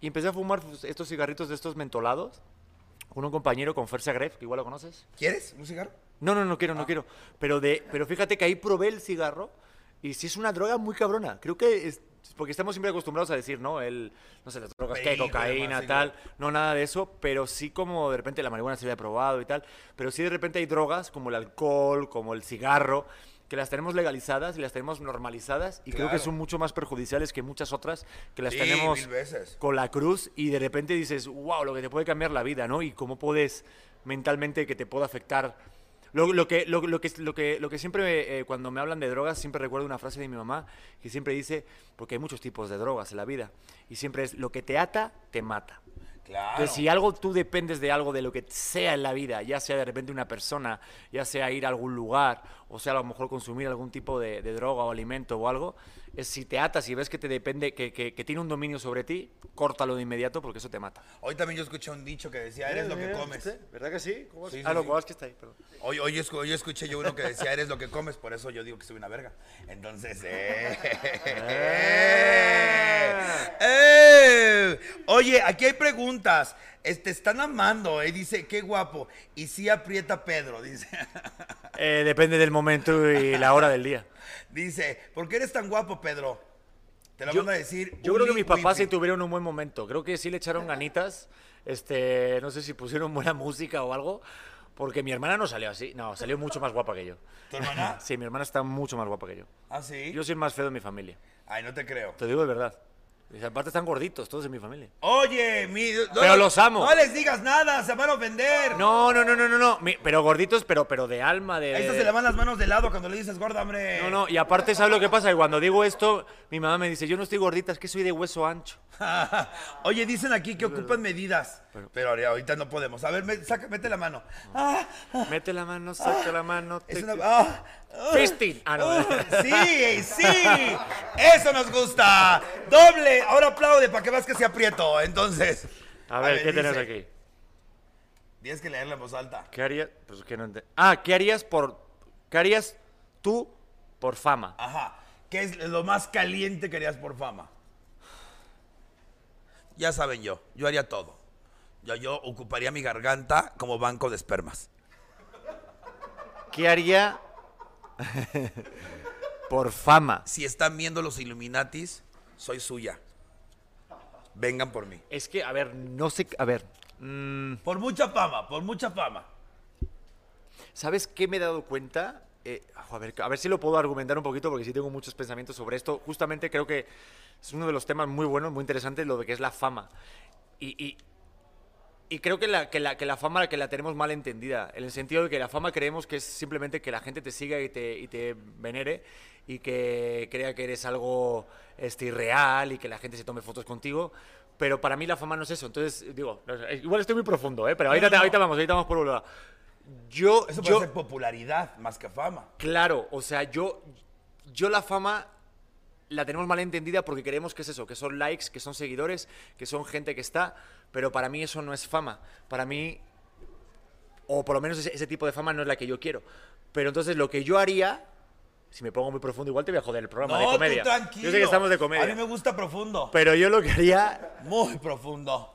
y empecé a fumar pues, estos cigarritos de estos mentolados. con Un compañero con Fer Gref, que igual lo conoces.
¿Quieres un cigarro?
No, no, no quiero,
Ah.
no quiero. Pero, de, pero fíjate que ahí probé el cigarro y sí es una droga muy cabrona. Creo que es porque estamos siempre acostumbrados a decir, ¿no? El, no sé, las drogas que hay,
Perico, demás,
cocaína,
sí,
tal. No, nada de eso. Pero sí como de repente la marihuana se había probado y tal. Pero sí de repente hay drogas como el alcohol, como el cigarro, que las tenemos legalizadas y las tenemos normalizadas y creo
Claro.
que son mucho más perjudiciales que muchas otras que las
Sí,
tenemos
mil veces.
con la cruz y de repente dices, wow, lo que te puede cambiar la vida, ¿no? Y cómo puedes mentalmente que te pueda afectar. Lo, lo que, lo, lo que, lo, que, lo que siempre, eh, cuando me hablan de drogas, siempre recuerdo una frase de mi mamá que siempre dice, porque hay muchos tipos de drogas en la vida, y siempre es, lo que te ata, te mata.
Claro.
Entonces, si algo tú dependes de algo, de lo que sea en la vida, ya sea de repente una persona, ya sea ir a algún lugar, o sea, a lo mejor consumir algún tipo de, de droga o alimento o algo, es si te atas y ves que te depende, que, que- que tiene un dominio sobre ti, córtalo de inmediato porque eso te mata.
Hoy también yo escuché un dicho que decía, eres lo que comes.
¿Verdad que sí?
es? Sí, sí,
ah, no,
sí.
Kowalski está ahí, perdón.
Hoy, hoy, escu- hoy escuché yo uno que decía, eres lo que comes, por eso yo digo que soy una verga. Entonces, eh.
Ah.
Eh. Oye, aquí hay preguntas. Este, están amando, eh. Dice, qué guapo. Y sí aprieta Pedro, dice.
Eh, depende del momento y la hora del día.
Dice, ¿por qué eres tan guapo, Pedro? Te lo van a decir.
yo creo que
Uli
mis papás sí
Whippy.
tuvieron un buen momento. Creo que sí le echaron ganitas. Este, no sé si pusieron buena música o algo. Porque mi hermana no salió así. No, salió mucho más guapa que yo.
¿Tu hermana?
Sí, mi hermana está mucho más guapa que yo.
¿Ah, sí?
Yo soy el más feo de mi familia.
Ay, no te creo.
Te digo de verdad. Y aparte están gorditos todos en mi familia.
Oye, mi... no-
Pero los amo.
No les digas nada, se van a ofender.
No, no, no, no, no, no. Mi- pero gorditos, pero, pero de alma, de.
A Esta se le van las manos de lado cuando le dices gorda, hombre.
No, no, y aparte, ¿sabes lo que pasa? Que cuando digo esto, mi mamá me dice, yo no estoy gordita, es que soy de hueso ancho.
Oye, dicen aquí que ocupan medidas. Pero ahori- ahorita no podemos. A ver, me- saca, mete la mano. Ah,
Mete la mano, saca la mano.
es
te-
una. ah, ah.
Fisting. Ah, no.
Ah, sí, sí. Eso nos gusta. Doble. Ahora aplaude para que veas que se aprieto. Entonces.
A ver, ¿qué tenés
dice,
aquí?
Tienes que leerla en voz alta.
¿Qué harías? Pues que no ente- Ah, ¿qué harías por. ¿Qué harías tú por fama?
Ajá. ¿Qué es lo más caliente que harías por fama? Ya saben yo, yo haría todo. Yo, yo ocuparía mi garganta como banco de espermas.
¿Qué haría por fama?
Si están viendo los Illuminatis, soy suya. Vengan por mí.
Es que, a ver, no sé. A ver. mm,
Por mucha fama, por mucha fama.
¿Sabes qué me he dado cuenta? Eh, ajo, a, ver, a ver si lo puedo argumentar un poquito porque sí tengo muchos pensamientos sobre esto. Justamente creo que es uno de los temas muy buenos, muy interesantes, lo de que es la fama. Y, y- y creo que la, que, la, que la fama que la tenemos mal entendida, en el sentido de que la fama creemos que es simplemente que la gente te siga y te, y te venere y que crea que eres algo este, irreal y que la gente se tome fotos contigo. Pero para mí la fama no es eso. Entonces, digo, no sé, igual estoy muy profundo, ¿eh? pero ahorita,
no, no.
ahorita vamos, ahorita vamos por un lado. Yo,
Eso puede
yo,
ser popularidad más que fama.
Claro, o sea, yo, yo la fama la tenemos mal entendida porque creemos que es eso, que son likes, que son seguidores, que son gente que está, pero para mí eso no es fama. Para mí, o por lo menos ese, ese tipo de fama no es la que yo quiero. Pero entonces lo que yo haría, si me pongo muy profundo, igual te voy a joder el programa de comedia.
tú tranquilo.
Yo sé que estamos de
A mí me
comedia.
gusta profundo.
Pero yo lo que haría
Muy profundo.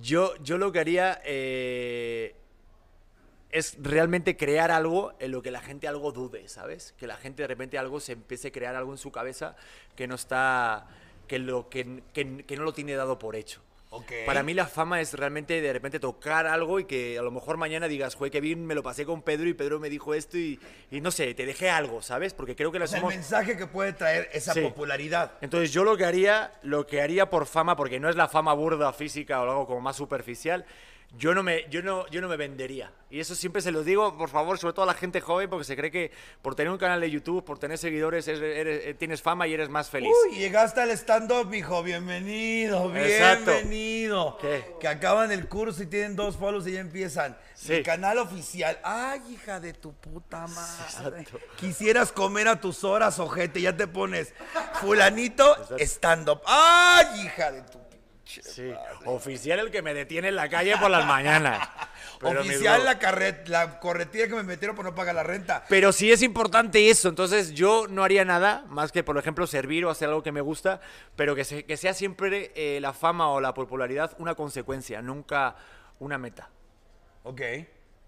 yo, yo lo que haría eh, es realmente crear algo en lo que la gente algo dude, ¿sabes? Que la gente de repente algo se empiece a crear algo en su cabeza que no está, que, lo, que, que- que no lo tiene dado por hecho.
Ok.
Para mí la fama es realmente de repente tocar algo y que a lo mejor mañana digas, güey, qué bien me lo pasé con Pedro y Pedro me dijo esto y, y no sé, te dejé algo, ¿sabes? Porque creo que la
O sea, el
somos-
mensaje que puede traer esa
Sí.
popularidad.
entonces yo lo que haría, lo que haría por fama, porque no es la fama burda física o algo como más superficial, yo no me, yo no, yo no me vendería. Y eso siempre se lo digo, por favor, sobre todo a la gente joven, porque se cree que por tener un canal de YouTube, por tener seguidores, eres- eres- eh, tienes fama y eres más feliz.
Uy, llegaste al stand-up, hijo. Bienvenido,
Exacto.
bienvenido.
¿Qué?
Que acaban el curso y tienen dos follows y ya empiezan.
Sí.
El canal oficial. Ay, hija de tu puta madre.
Exacto.
Quisieras comer a tus horas, ojete. Ya te pones fulanito stand-up. Ay, hija de tu...
Sí. Oficial el que me detiene en la calle por las mañanas. Pero mis
oficial
huevos.
la, carret- la corretilla que me metieron por no pagar la renta.
Pero sí es importante eso, entonces yo no haría nada más que, por ejemplo, servir o hacer algo que me gusta, pero que, se- que sea siempre eh, la fama o la popularidad una consecuencia, nunca una meta.
Ok.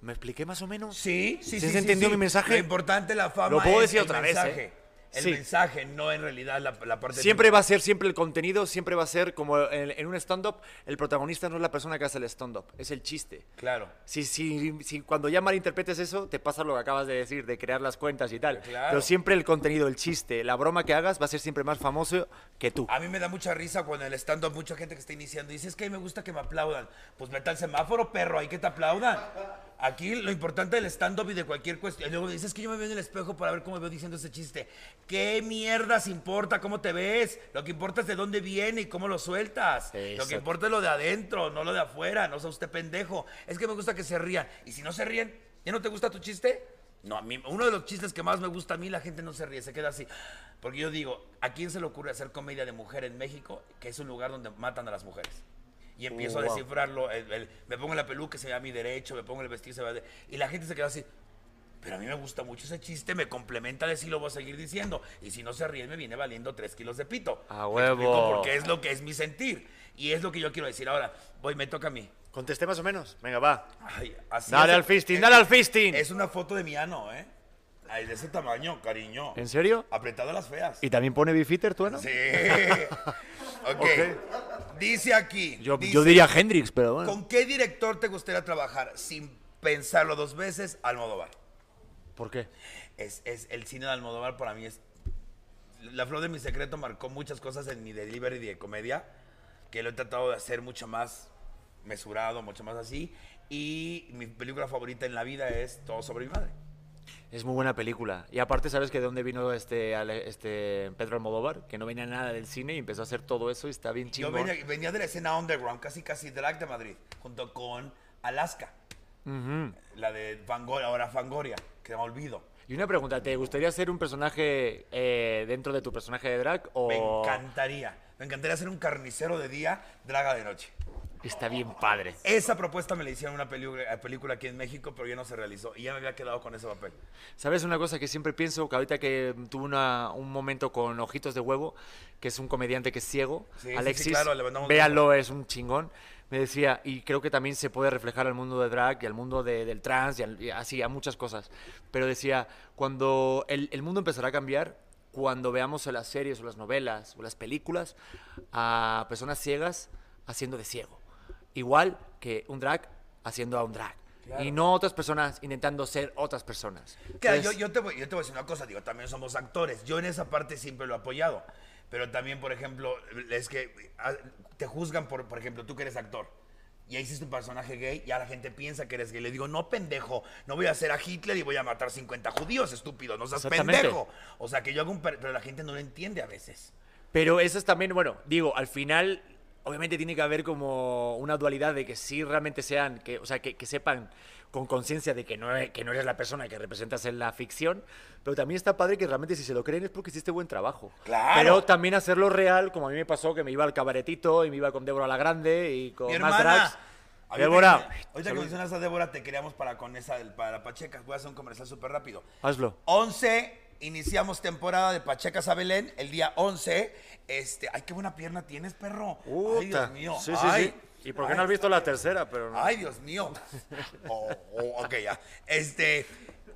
¿Me expliqué más o menos?
Sí, sí, sí.
¿Sí se
sí,
entendió
sí.
mi mensaje?
Lo importante la fama
Lo puedo
es
decir
el
otra vez,
mensaje.
¿eh?
El
Sí.
mensaje, no en realidad la, la parte...
Siempre va a ser siempre el contenido, siempre va a ser como en, en un stand-up, el protagonista no es la persona que hace el stand-up, es el chiste.
Claro.
Si, si, si cuando ya malinterpretes eso, te pasa lo que acabas de decir, de crear las cuentas y tal.
Claro.
Pero siempre el contenido, el chiste, la broma que hagas va a ser siempre más famoso que tú.
A mí me da mucha risa cuando en el stand-up mucha gente que está iniciando dice, es que a mí me gusta que me aplaudan. Pues vete al semáforo, perro, ahí que te aplaudan. Aquí lo importante del stand-up y de cualquier cuestión. y Luego dices, es que yo me veo en el espejo para ver cómo me veo diciendo ese chiste. ¿Qué mierdas importa cómo te ves? Lo que importa es de dónde viene y cómo lo sueltas. Lo que
Exacto.
importa es lo de adentro, no lo de afuera. No sea usted pendejo. Es que me gusta que se rían. Y si no se ríen, ¿ya no te gusta tu chiste? No, a mí, uno de los chistes que más me gusta a mí, la gente no se ríe, se queda así. Porque yo digo, ¿a quién se le ocurre hacer comedia de mujer en México, que es un lugar donde matan a las mujeres? Y empiezo a
Wow.
descifrarlo, el- el- me pongo la peluca, se ve a mi derecho, me pongo el vestido, se ve a- Y la gente se queda así, pero a mí me gusta mucho ese chiste, me complementa de si lo voy a seguir diciendo. Y si no se ríen, me viene valiendo tres kilos de pito.
A
¿Me explico?
huevo.
Porque es lo que es mi sentir. Y es lo que yo quiero decir. Ahora, voy, me toca a mí.
Contesté más o menos. Venga, va.
Ay, así
Dale
es-
al fisting, dale al fisting.
Es una foto de mi ano, ¿eh? Ay, de ese tamaño, cariño.
¿En serio?
Apretado a las feas.
¿Y también pone bifitter tú, no?
Sí. ok. Dice aquí.
Yo,
dice,
yo diría Hendrix, pero bueno.
¿Con qué director te gustaría trabajar? Sin pensarlo dos veces, Almodóvar.
¿Por qué?
Es, es el cine de Almodóvar para mí es. La flor de mi secreto marcó muchas cosas en mi delivery de comedia, que lo he tratado de hacer mucho más mesurado, mucho más así. Y mi película favorita en la vida es Todo sobre mi madre.
Es muy buena película. Y aparte, ¿sabes que de dónde vino este, Ale- este Pedro Almodóvar? Que no venía nada del cine y empezó a hacer todo eso y está bien
Yo
chingón.
venía, venía de la escena underground, casi casi drag de Madrid, junto con Alaska. La de Fangoria, ahora Fangoria, que me olvido.
Y una pregunta, ¿te gustaría ser un personaje eh, dentro de tu personaje de drag o...?
Me encantaría. Me encantaría ser un carnicero de día, draga de noche.
Está bien padre.
Esa propuesta me la hicieron en una película, película aquí en México, pero ya no se realizó. Y ya me había quedado con ese papel.
¿Sabes una cosa que siempre pienso? Que ahorita que tuve una- un momento con Ojitos de Huevo, que es un comediante que es ciego,
Sí, sí, sí,
Alexis,
claro, le mandamos
véanlo, es un chingón. Me decía, y creo que también se puede reflejar al mundo de drag y al mundo de- del trans y, al- y así, a muchas cosas. Pero decía, cuando el, el mundo empezará a cambiar, cuando veamos en las series o las novelas o las películas a personas ciegas haciendo de ciego. Igual que un drag haciendo a un drag. y no otras personas intentando ser otras personas.
Mira,
Entonces,
yo, yo te voy, yo te voy a decir una cosa, digo, también somos actores. Yo en esa parte siempre lo he apoyado. Pero también, por ejemplo, es que ah, te juzgan por, por ejemplo, tú que eres actor. Y ahí hiciste un personaje gay y a la gente piensa que eres gay. Le digo, no, pendejo, no voy a hacer a Hitler y voy a matar 50 judíos, estúpido, no seas
Exactamente.
pendejo. O sea, que yo hago un... per- Pero la gente no lo entiende a veces.
Pero eso es también, bueno, digo, al final, obviamente tiene que haber como una dualidad de que sí realmente sean, que, o sea, que, que sepan con conciencia de que no, e- que no eres la persona que representas en la ficción, pero también está padre que realmente si se lo creen es porque hiciste buen trabajo.
Claro.
Pero también hacerlo real, como a mí me pasó, que me iba al cabaretito y me iba con Débora la Grande y con
Mi
más
hermana.
drags.
Ahorita
Débora,
que- Ahorita que
salud.
mencionas a Débora, te queríamos para con esa del, para Pacheca. Voy a hacer un comercial súper rápido.
hazlo.
11, iniciamos temporada de Pachecas a Belén, el día 11. Este, ay, qué buena pierna tienes, perro. ay, Dios
Puta.
mío.
Sí, sí,
ay.
sí. ¿Y por qué no
Ay,
has visto la tercera? Pero no.
Ay, Dios mío. Oh, oh, ok, ya. Este,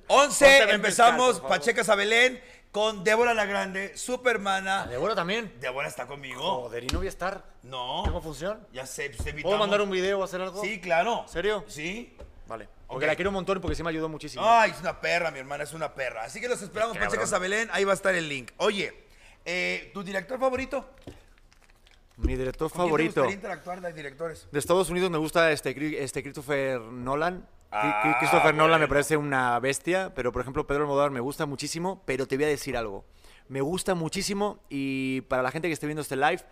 11,
Pónteme en pescar,
empezamos
por favor.
Pachecas a Belén con Débora la Grande, Supermana.
Débora también.
Débora está conmigo.
Joder, y no voy a estar.
No.
¿Tengo función?
Ya sé, pues, te
¿Puedo
invitamos.
mandar un video o hacer algo?
Sí, claro.
¿Serio?
Sí.
Vale. Porque
Ok. Ah.
la quiero un montón porque sí me ayudó muchísimo.
Ay, es una perra, mi hermana, es una perra. Así que los esperamos,
Qué cabrón.
Pachecas a Belén. Ahí va a estar el link. Oye, eh, ¿tu director favorito?
Mi director
¿Con quién te
favorito.
gustaría interactuar de directores?
De Estados Unidos me gusta este, Cri- este Christopher Nolan. Cri- Cri-
Ah,
Christopher Nolan me
bueno.
parece una bestia, pero por ejemplo Pedro Almodóvar me gusta muchísimo, pero te voy a decir algo. Me gusta muchísimo y para la gente que esté viendo este live,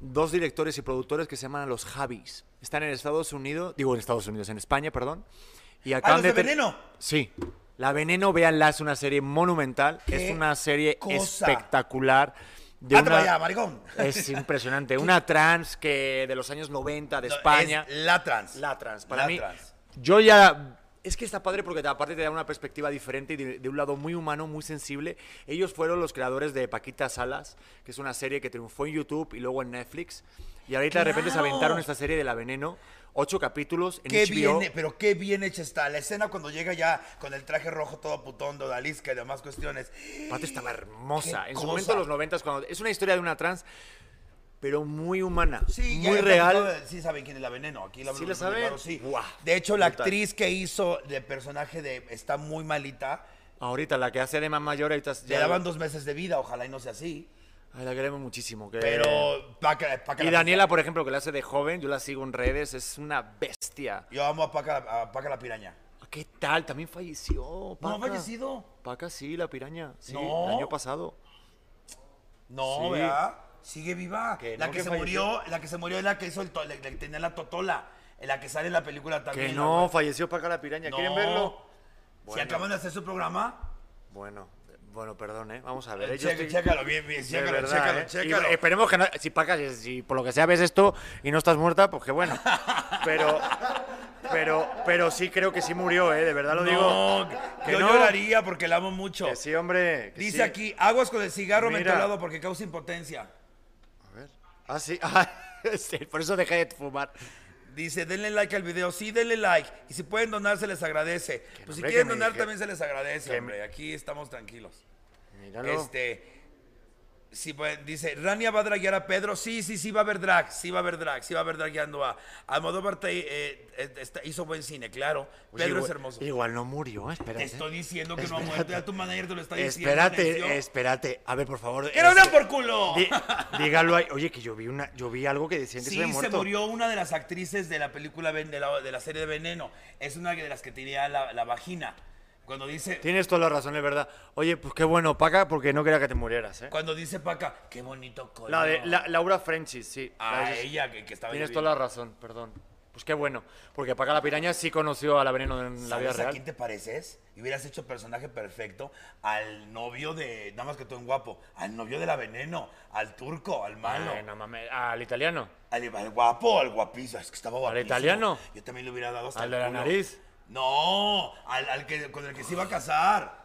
dos directores y productores que se llaman los Javis. Están en Estados Unidos, digo en Estados Unidos, en España, perdón. Y acaban
Ah, los de
ter-
Veneno?
Sí. La Veneno, véanla, es una serie monumental,
¡Qué
es una serie
cosa!
espectacular. De
Anda
una-
para allá, Ah, maricón.
es impresionante. Una trans que de los años 90 de
No,
España.
es la trans.
La trans. Para
La
mí.
trans.
Yo ya. Es que está padre porque te- aparte te da una perspectiva diferente y de, de un lado muy humano, muy sensible. Ellos fueron los creadores de Paquita Salas, que es una serie que triunfó en YouTube y luego en Netflix. Y ahorita de repente se
¡Claro!
aventaron esta serie de La Veneno, ocho capítulos en
Qué
HBO.
bien, pero qué bien hecha está. La escena cudo llega ya con el traje rojo todo putón, Dodalisca y demás cuestiones.
Aparte estaba hermosa.
Qué
En su
cosa.
momento, los noventas, cuando... Es una historia de una trans, pero muy humana,
Sí, ya
muy
he
real.
platicado de- Sí saben quién es la veneno. Aquí la
¿Sí
Blue
la
Blue Blue,
saben?
claro, sí.
Guau,
De hecho, la
brutal.
actriz que hizo de personaje de está muy malita.
Ahorita, la que hace de más mayor, ahorita
Le daban dos meses de vida, ojalá y no sea así.
Ay, la queremos muchísimo. que-
Pero Paca, Paca
Y
la
Daniela, por ejemplo, que la hace de joven, yo la sigo en redes, es una bestia.
piraña. Yo amo a Paca, a Paca la piraña.
¿Qué tal? También falleció.
¿No
Paca.
ha fallecido?
Paca, sí, la piraña. Sí,
No.
el año pasado.
No,
Sí.
¿verdad? Sigue viva.
Que
la
no,
que,
que
se
falleció.
murió, la que se murió es la que hizo el to- la, la que tenía la totola, en la que sale en la película también.
Que
la
no,
güey.
falleció Paca la piraña.
No.
¿Quieren verlo?
Si
Bueno.
acaban de hacer su programa,
Bueno, eh, bueno, perdón, ¿eh? Vamos a ver.
eh,
eh, yo
checa-
estoy-
chécalo bien, bien,
de
chécalo,
verdad,
chécalo,
¿eh?
chécalo.
Y esperemos que no, si Paca, si- si por lo que sea ves esto y no estás muerta, pues que bueno. Pero, pero, pero sí creo que sí murió, ¿eh? De verdad lo digo.
no,
que
yo
no.
lloraría porque la amo mucho.
Que sí, hombre. que
Dice
sí.
aquí, aguas con el cigarro
Mira.
mentolado porque causa impotencia.
A ver. Ah, sí. Ah, sí, por eso dejé de fumar.
Dice, denle like al video, sí, denle like. Y si pueden donar, se les agradece. Pues si
hombre,
quieren
que me
donar,
dije-
también se les agradece,
que
hombre. Aquí estamos tranquilos.
Míralo.
Este. Sí, pues, dice, ¿Rania va a draguear a Pedro? Sí, sí, sí va a haber drag, sí va a haber drag, sí va a haber dragueando a... Almodóvar te- eh, eh, está- hizo buen cine, claro.
Oye,
Pedro
igual-
es hermoso.
Igual no murió,
Te
espérate.
estoy diciendo que no ha muerto, ya tu manager te lo está diciendo. necio.
Espérate, espérate. A ver, por favor.
¡Que no
este,
dan por culo!
di- dígalo ahí. Oye, que yo vi una, yo vi algo que decían que
Sí,
se
se,
había muerto.
murió una de las actrices de la película, Ven- de la, de la serie de Veneno. Es una de las que tenía la, la vagina. Cuando dice,
Tienes toda la razón, es verdad. Oye, pues qué bueno, Paca, porque no quería que te murieras, ¿eh?
cuando dice Paca, qué bonito color.
La de la- Laura Frenchis, sí. La
A
de-
ella, que, que estaba
Tienes
lloviendo.
toda la razón, perdón. Pues qué bueno, porque Paca la Piraña sí conoció a la Veneno en la vida
¿Sabes a
real.
quién te pareces? Y hubieras hecho personaje perfecto al novio de, nada más que tú en guapo, al novio de la veneno, al turco, al malo,
Ay, no mames, al italiano.
al, al guapo, al guapizo, es que estaba guapísimo.
italiano?
Yo también le hubiera dado hasta
¿Al
el
de la
culo.
nariz?
No, al, al que, con el que se iba a casar.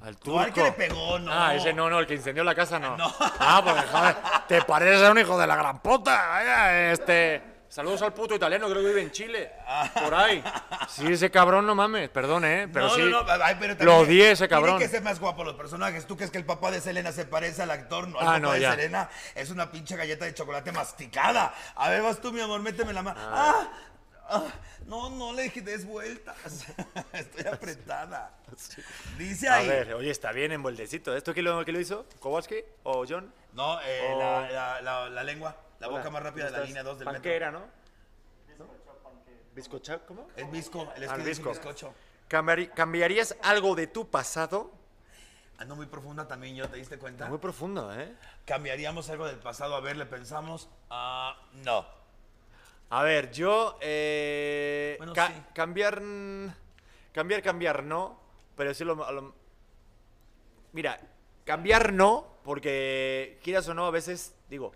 Al turco.
No, al que le pegó, no.
Ah, ese no, no, el que incendió la casa no.
No.
Ah, porque joder, te pareces a un hijo de la gran puta. vaya, Este. Saludos al puto italiano, creo que vive en Chile. Por ahí. Sí, ese cabrón, no mames, perdón, eh. Pero
Ah. no,
sí.
no, no, ay, pero
lo
también
odié ese
Tienen
cabrón.
que ser más guapos los personajes. Tú crees que el papá de Selena se parece al actor, no. El
Ah,
papá
no,
de
ya.
Selena es una pinche galleta de chocolate masticada. A ver, vas tú, mi amor, méteme la mano. Ah. ah, Ah, no, no le des vueltas. Estoy apretada. Dice
A
ahí.
ver, oye, está bien envueltecito. ¿Esto quién lo, quién lo hizo? ¿Kowalski o John?
No, eh,
Oh.
la, la- la- la lengua, la boca
Hola,
más rápida de
¿cómo
la
estás?
línea 2 del metro.
Panquera, ¿no? ¿Bizcocha? ¿Cómo?
Es bizco, el
Ah, el
bizco.
bizco.
bizcocho.
Cambiari- ¿Cambiarías algo de tu pasado?
Ando muy profunda también yo, ¿te diste cuenta?
Está muy profundo, ¿eh?
¿Cambiaríamos algo del pasado? A ver, le pensamos. Ah, no.
A ver, yo. eh,
Bueno,
ca-
sí.
Cambiar. mm, Cambiar, cambiar, no. Pero sí lo, a lo- Mira, cambiar no, porque quieras o no, a veces, digo,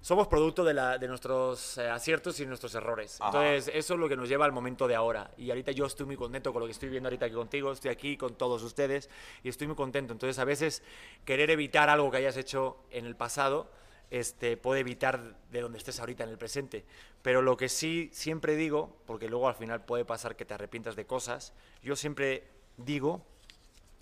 somos producto de, la- de nuestros eh, aciertos y nuestros errores.
Ajá.
Entonces, eso es lo que nos lleva al momento de ahora. Y ahorita yo estoy muy contento con lo que estoy viendo ahorita aquí contigo, estoy aquí con todos ustedes y estoy muy contento. Entonces, a veces, querer evitar algo que hayas hecho en el pasado este, puede evitar de donde estés ahorita en el presente. Pero lo que sí siempre digo, porque luego al final puede pasar que te arrepientas de cosas, yo siempre digo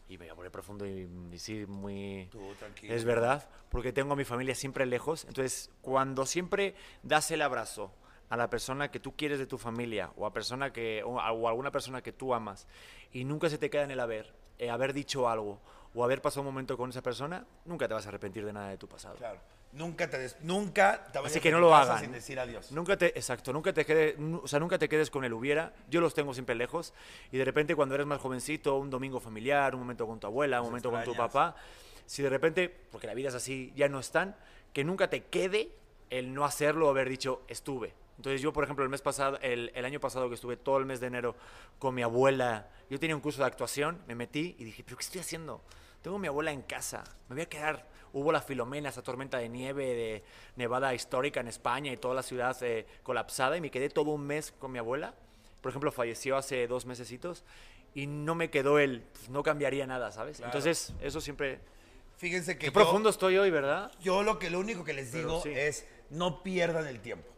y me voy a poner profundo y, y sí, muy...
Tú, tranquilo.
Es verdad, porque tengo a mi familia siempre lejos. Entonces, cuando siempre das el abrazo a la persona que tú quieres de tu familia o a persona que o a o a alguna persona que tú amas y nunca se te queda en el haber, eh, haber dicho algo o haber pasado un momento con esa persona, nunca te vas a arrepentir de nada de tu pasado.
Claro. Nunca te des- nunca te vayas
Así que
de
no
tu
lo
casa
hagan.
sin decir adiós.
Nunca te, exacto, nunca te quedes, nu- o sea, nunca te quedes con el hubiera. Yo los tengo siempre lejos y de repente cuando eres más jovencito, un domingo familiar, un momento con tu abuela, un
Los
momento con tu
extrañas.
papá, si de repente, porque la vida es así, ya no están, que nunca te quede el no hacerlo o haber dicho estuve. Entonces yo, por ejemplo, el mes pasado, el, el año pasado que estuve todo el mes de enero con mi abuela, yo tenía un curso de actuación, me metí y dije, pero ¿qué estoy haciendo? Tengo a mi abuela en casa, me voy a quedar. Hubo la Filomena, esa tormenta de nieve de nevada histórica en España y toda la ciudad eh, colapsada y me quedé todo un mes con mi abuela. Por ejemplo, falleció hace dos mesecitos y no me quedó el, pues, no cambiaría nada, ¿sabes?
Claro.
Entonces, eso siempre...
Fíjense que
Qué
yo-
profundo estoy hoy, ¿verdad?
Yo lo que lo único que les
Pero
digo
sí.
es no pierdan el tiempo.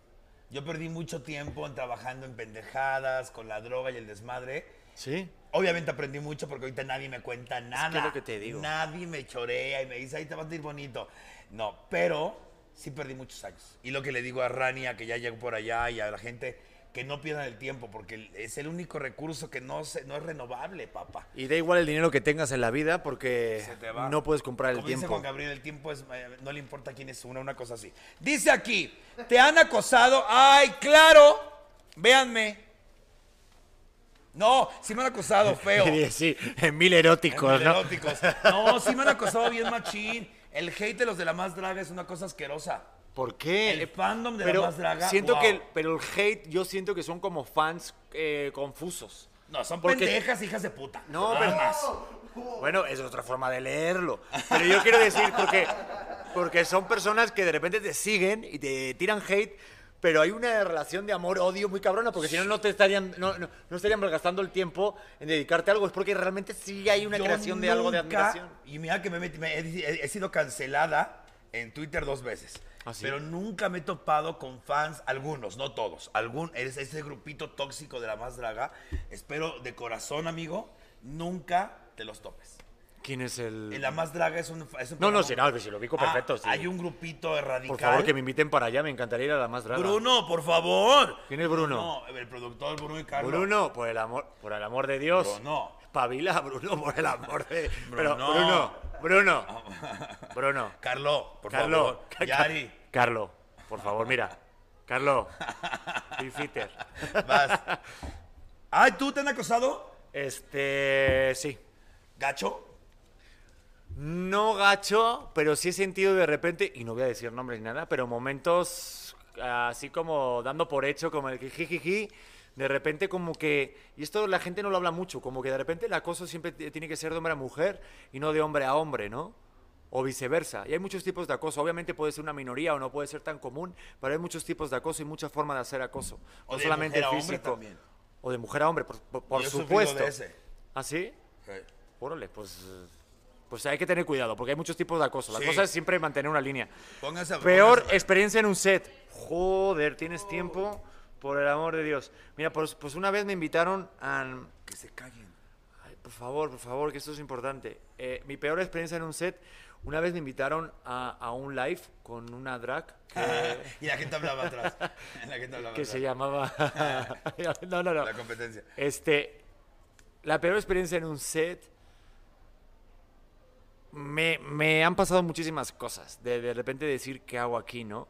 Yo perdí mucho tiempo en trabajando en pendejadas, con la droga y el desmadre.
Sí.
Obviamente aprendí mucho porque ahorita nadie me cuenta nada.
lo que te digo.
Nadie me chorea y me dice, ahí te vas a ir bonito. No, pero sí perdí muchos años. Y lo que le digo a Rania, que ya llegó por allá, y a la gente, que no pierdan el tiempo porque es el único recurso que no, se- no es renovable, papá.
Y da igual el dinero que tengas en la vida porque
Se te va.
no puedes comprar el
Como Dice
tiempo.
Juan Gabriel, el tiempo es, eh, no le importa quién es uno, una cosa así. Dice aquí, te han acosado. Ay, claro, véanme. No, sí me han acosado, feo.
sí, mil eróticos, ¿no?
Eróticos. No, sí me han acosado bien machín. El hate de los de la más draga es una cosa asquerosa.
¿Por qué?
El fandom de la
pero
más draga,
Siento
wow.
que, el- pero el hate, yo siento que son como fans eh, confusos.
No, son
Porque-
pendejas, hijas de puta.
No,
Nada
pero-
más.
Bueno, es otra forma de leerlo. Pero yo quiero decir, porque, porque son personas que de repente te siguen y te tiran hate, pero hay una relación de amor-odio muy cabrona, porque si no, no te estarían, no, no, no estarían gastando el tiempo en dedicarte a algo. Es porque realmente sí hay una
Yo
creación de algo de
nunca-
admiración.
Y mira que me, metí- me he, he- he sido cancelada en Twitter dos veces.
¿Ah, sí?
Pero nunca me he topado con fans, algunos, no todos. Algún, es- ese grupito tóxico de la más draga. Espero de corazón, amigo, nunca te los topes.
¿Quién es el...?
En La más draga es un. Es un
No,
programa-
no,
Ah,
sí, no, que sí, lo ubico perfecto, sí.
Hay un grupito radical.
Por favor, que me inviten para allá, me encantaría ir a la más draga.
Bruno, por favor.
¿Quién es Bruno?
No, el productor Bruno y Carlos.
Bruno, por el amor, por el amor de Dios.
Bruno.
Pavila, Bruno, por el amor de...
Bruno.
Pero, Bruno, Bruno, Bruno.
Carlo, por
Carlos,
favor. Yari,
Carlos, por favor, mira. Carlos, Big Fitter.
vas. Ay, ¿tú te han acosado?
Este, sí.
Gacho.
No gacho, pero sí he sentido de repente, y no voy a decir nombres ni nada, pero momentos así como dando por hecho, como el que jijiji, de repente como que, y esto la gente no lo habla mucho, como que de repente el acoso siempre t- tiene que ser de hombre a mujer y no de hombre a hombre, ¿no? O viceversa. Y hay muchos tipos de acoso. Obviamente puede ser una minoría o no puede ser tan común, pero hay muchos tipos de acoso y muchas formas de hacer acoso.
O
no
de
solamente
mujer a hombre
físico.
también.
O de mujer a hombre, por, por- por
Yo he sufrido
supuesto.
de ese.
¿Ah, sí?
Sí.
Órale, pues, eh, pues hay que tener cuidado, porque hay muchos tipos de acoso. La
Sí.
cosa es siempre mantener una línea.
Pónganse a-
Peor
pónganse a-
experiencia en un set. Joder, ¿tienes tiempo? Por el amor de Dios. Mira, pues, pues una vez me invitaron a...
Que se callen.
a Ay, por favor, por favor, que esto es importante. Eh, mi peor experiencia en un set, una vez me invitaron a, a un live con una drag que,
Y la gente hablaba atrás. La gente hablaba
que
atrás.
se llamaba... no, no, no.
La competencia.
Este, la peor experiencia en un set. Me, me han pasado muchísimas cosas. De, de repente decir qué hago aquí, ¿no?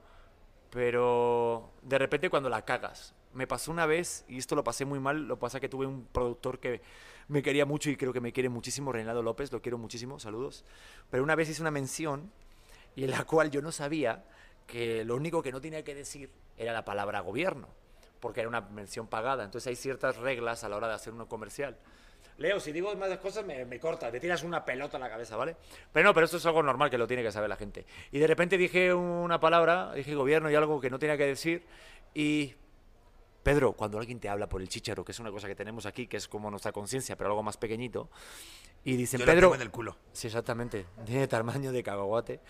Pero de repente cuando la cagas. Me pasó una vez, y esto lo pasé muy mal, lo que pasa que tuve un productor que me quería mucho y creo que me quiere muchísimo, Reinaldo López, lo quiero muchísimo, saludos. Pero una vez hice una mención y en la cual yo no sabía que lo único que no tenía que decir era la palabra gobierno, porque era una mención pagada. Entonces hay ciertas reglas a la hora de hacer un comercial. Leo, si digo más cosas me, me corta, te tiras una pelota a la cabeza, ¿vale? Pero no, pero esto es algo normal que lo tiene que saber la gente. Y de repente dije una palabra, dije gobierno y algo que no tenía que decir y Pedro, cuando alguien te habla por el chicharo, que es una cosa que tenemos aquí, que es como nuestra conciencia, pero algo más pequeñito, y dicen,
Yo la
Pedro,
tengo en el culo.
Sí, exactamente. Tiene tamaño de cacahuate.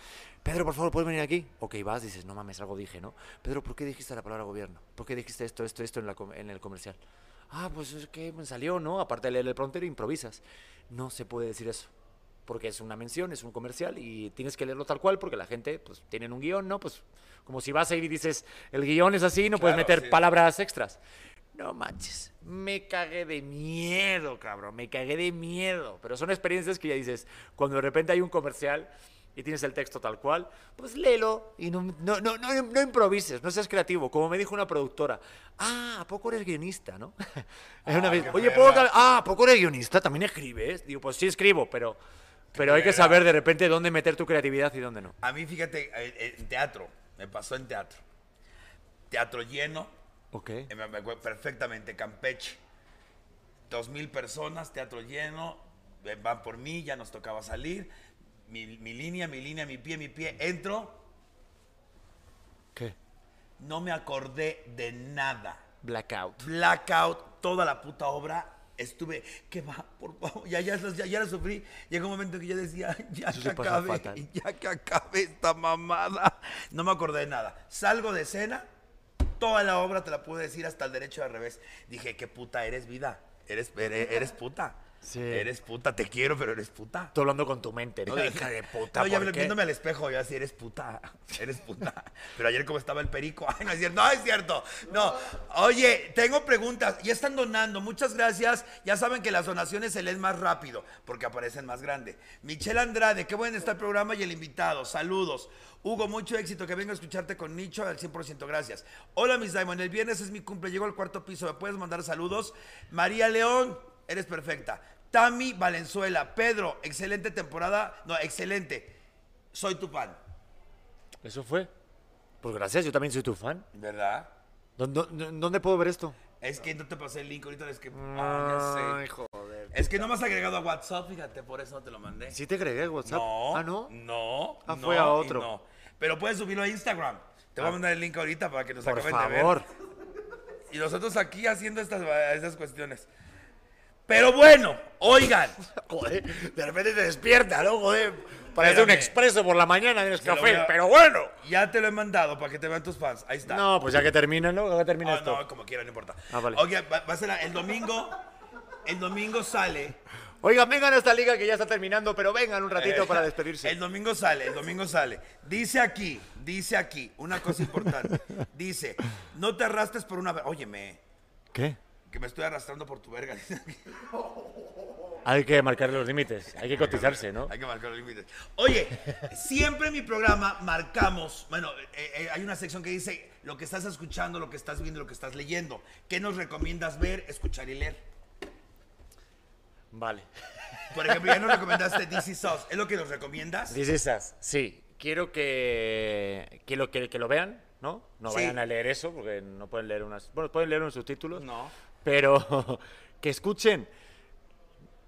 Pedro, por favor, ¿puedes venir aquí? Ok, vas, dices, no mames, algo dije, ¿no? Pedro, ¿por qué dijiste la palabra gobierno? ¿Por qué dijiste esto, esto, esto en, la com- en el comercial? Ah, pues es que me salió, ¿no? Aparte de leer el prompter, improvisas. No se puede decir eso. Porque es una mención, es un comercial y tienes que leerlo tal cual porque la gente, pues, tienen un guión, ¿no? Pues, como si vas a ir y dices, el guión es así, no puedes
Claro,
meter
sí.
palabras extras. No manches, me cagué de miedo, cabrón, me cagué de miedo. Pero son experiencias que ya dices, cuando de repente hay un comercial y tienes el texto tal cual, pues léelo y no, no, no, no, no improvises, no seas creativo. Como me dijo una productora, ah, ¿a poco eres guionista, no? Una
Ah,
vez,
qué
Oye, ¿puedo
perra.
cam- Ah, ¿a poco eres guionista? ¿También escribes? Digo, pues sí escribo, pero, pero hay que saber de repente dónde meter tu creatividad y dónde no.
A mí, fíjate, eh, en teatro, me pasó en teatro. Teatro lleno,
Ok.
eh, me- me acuerdo perfectamente, Campeche. Dos mil personas, teatro lleno, eh, van por mí, ya nos tocaba salir. Mi, mi línea, mi línea, mi pie, mi pie. Entro,
¿Qué?
no me acordé de nada.
Blackout.
blackout toda la puta obra. Estuve, que va, por favor, ya, ya, ya, ya la sufrí. Llegó un momento que yo decía, ya
Eso
que
se pasa
acabe,
fatal.
ya que acabe esta mamada. No me acordé de nada. Salgo de escena, toda la obra te la pude decir hasta el derecho y al revés. Dije, qué puta eres, vida. Eres, eres, eres puta.
Sí.
Eres puta, te quiero, pero eres puta.
Tú hablando con tu mente, ¿no? De Hija de puta.
No, ya
¿por
me-
qué?
viéndome al espejo, yo así, eres puta, eres puta. Pero ayer como estaba el perico, ay, no es cierto, no es cierto. No, oye, tengo preguntas, ya están donando, muchas gracias. Ya saben que las donaciones se leen más rápido, porque aparecen más grande. Michelle Andrade, qué bueno está el programa y el invitado, saludos. Hugo, mucho éxito, que venga a escucharte con Nicho al 100%, gracias. Hola, mis Diamond, el viernes es mi cumple, llego al cuarto piso, ¿me puedes mandar saludos? María León, eres perfecta. Tami Valenzuela, Pedro, excelente temporada, no, excelente. Soy tu fan.
Eso fue. Pues gracias, yo también soy tu fan.
¿Verdad?
¿Dó- dó- dó- ¿Dónde puedo ver esto?
Es que no te pasé el link ahorita, es que. Ah, ya sé.
joder.
Es que no me has agregado a WhatsApp, fíjate, por eso no te lo mandé.
Sí te agregué a WhatsApp.
No.
Ah, ¿no?
No.
Ah,
no,
fue a
y
otro.
no. Pero puedes subirlo a Instagram. Te voy a
Ah.
mandar el link ahorita para que nos
Por
acaben de
favor.
ver. Y nosotros aquí haciendo estas, estas cuestiones. Pero bueno, oigan.
Joder, de repente te despierta, ¿no? Joder. Parece un
Espérame.
expreso por la mañana en el
lo voy
café,
a-
pero bueno.
Ya te lo he mandado para que te vean tus fans. Ahí está.
No, pues ya que termina, ¿no? Ya que termina
Ah,
esto.
no, como quiera, no importa.
Ah, vale.
Oye, va, va a ser la- el domingo. El domingo sale.
Oigan, vengan a esta liga que ya está terminando, pero vengan un ratito para despedirse.
Eh, El domingo sale, el domingo sale. Dice aquí, dice aquí, una cosa importante. Dice, no te arrastres por una. ver- Óyeme,
¿Qué?
que me estoy arrastrando por tu verga. dice aquí.
Hay que marcar los límites, hay que cotizarse, ¿no?
Hay que marcar los límites. Oye, siempre en mi programa marcamos, bueno, eh, eh, hay una sección que dice lo que estás escuchando, lo que estás viendo, lo que estás leyendo. ¿Qué nos recomiendas ver, escuchar y leer?
Vale.
Por ejemplo, ya nos recomendaste DC Sauce. ¿Es lo que nos recomiendas?
Dices Sí, quiero que, que, lo, que, que lo vean, ¿no? No
Sí.
vayan a leer eso, porque no pueden leer unas... Bueno, pueden leer unos subtítulos.
No.
Pero que escuchen.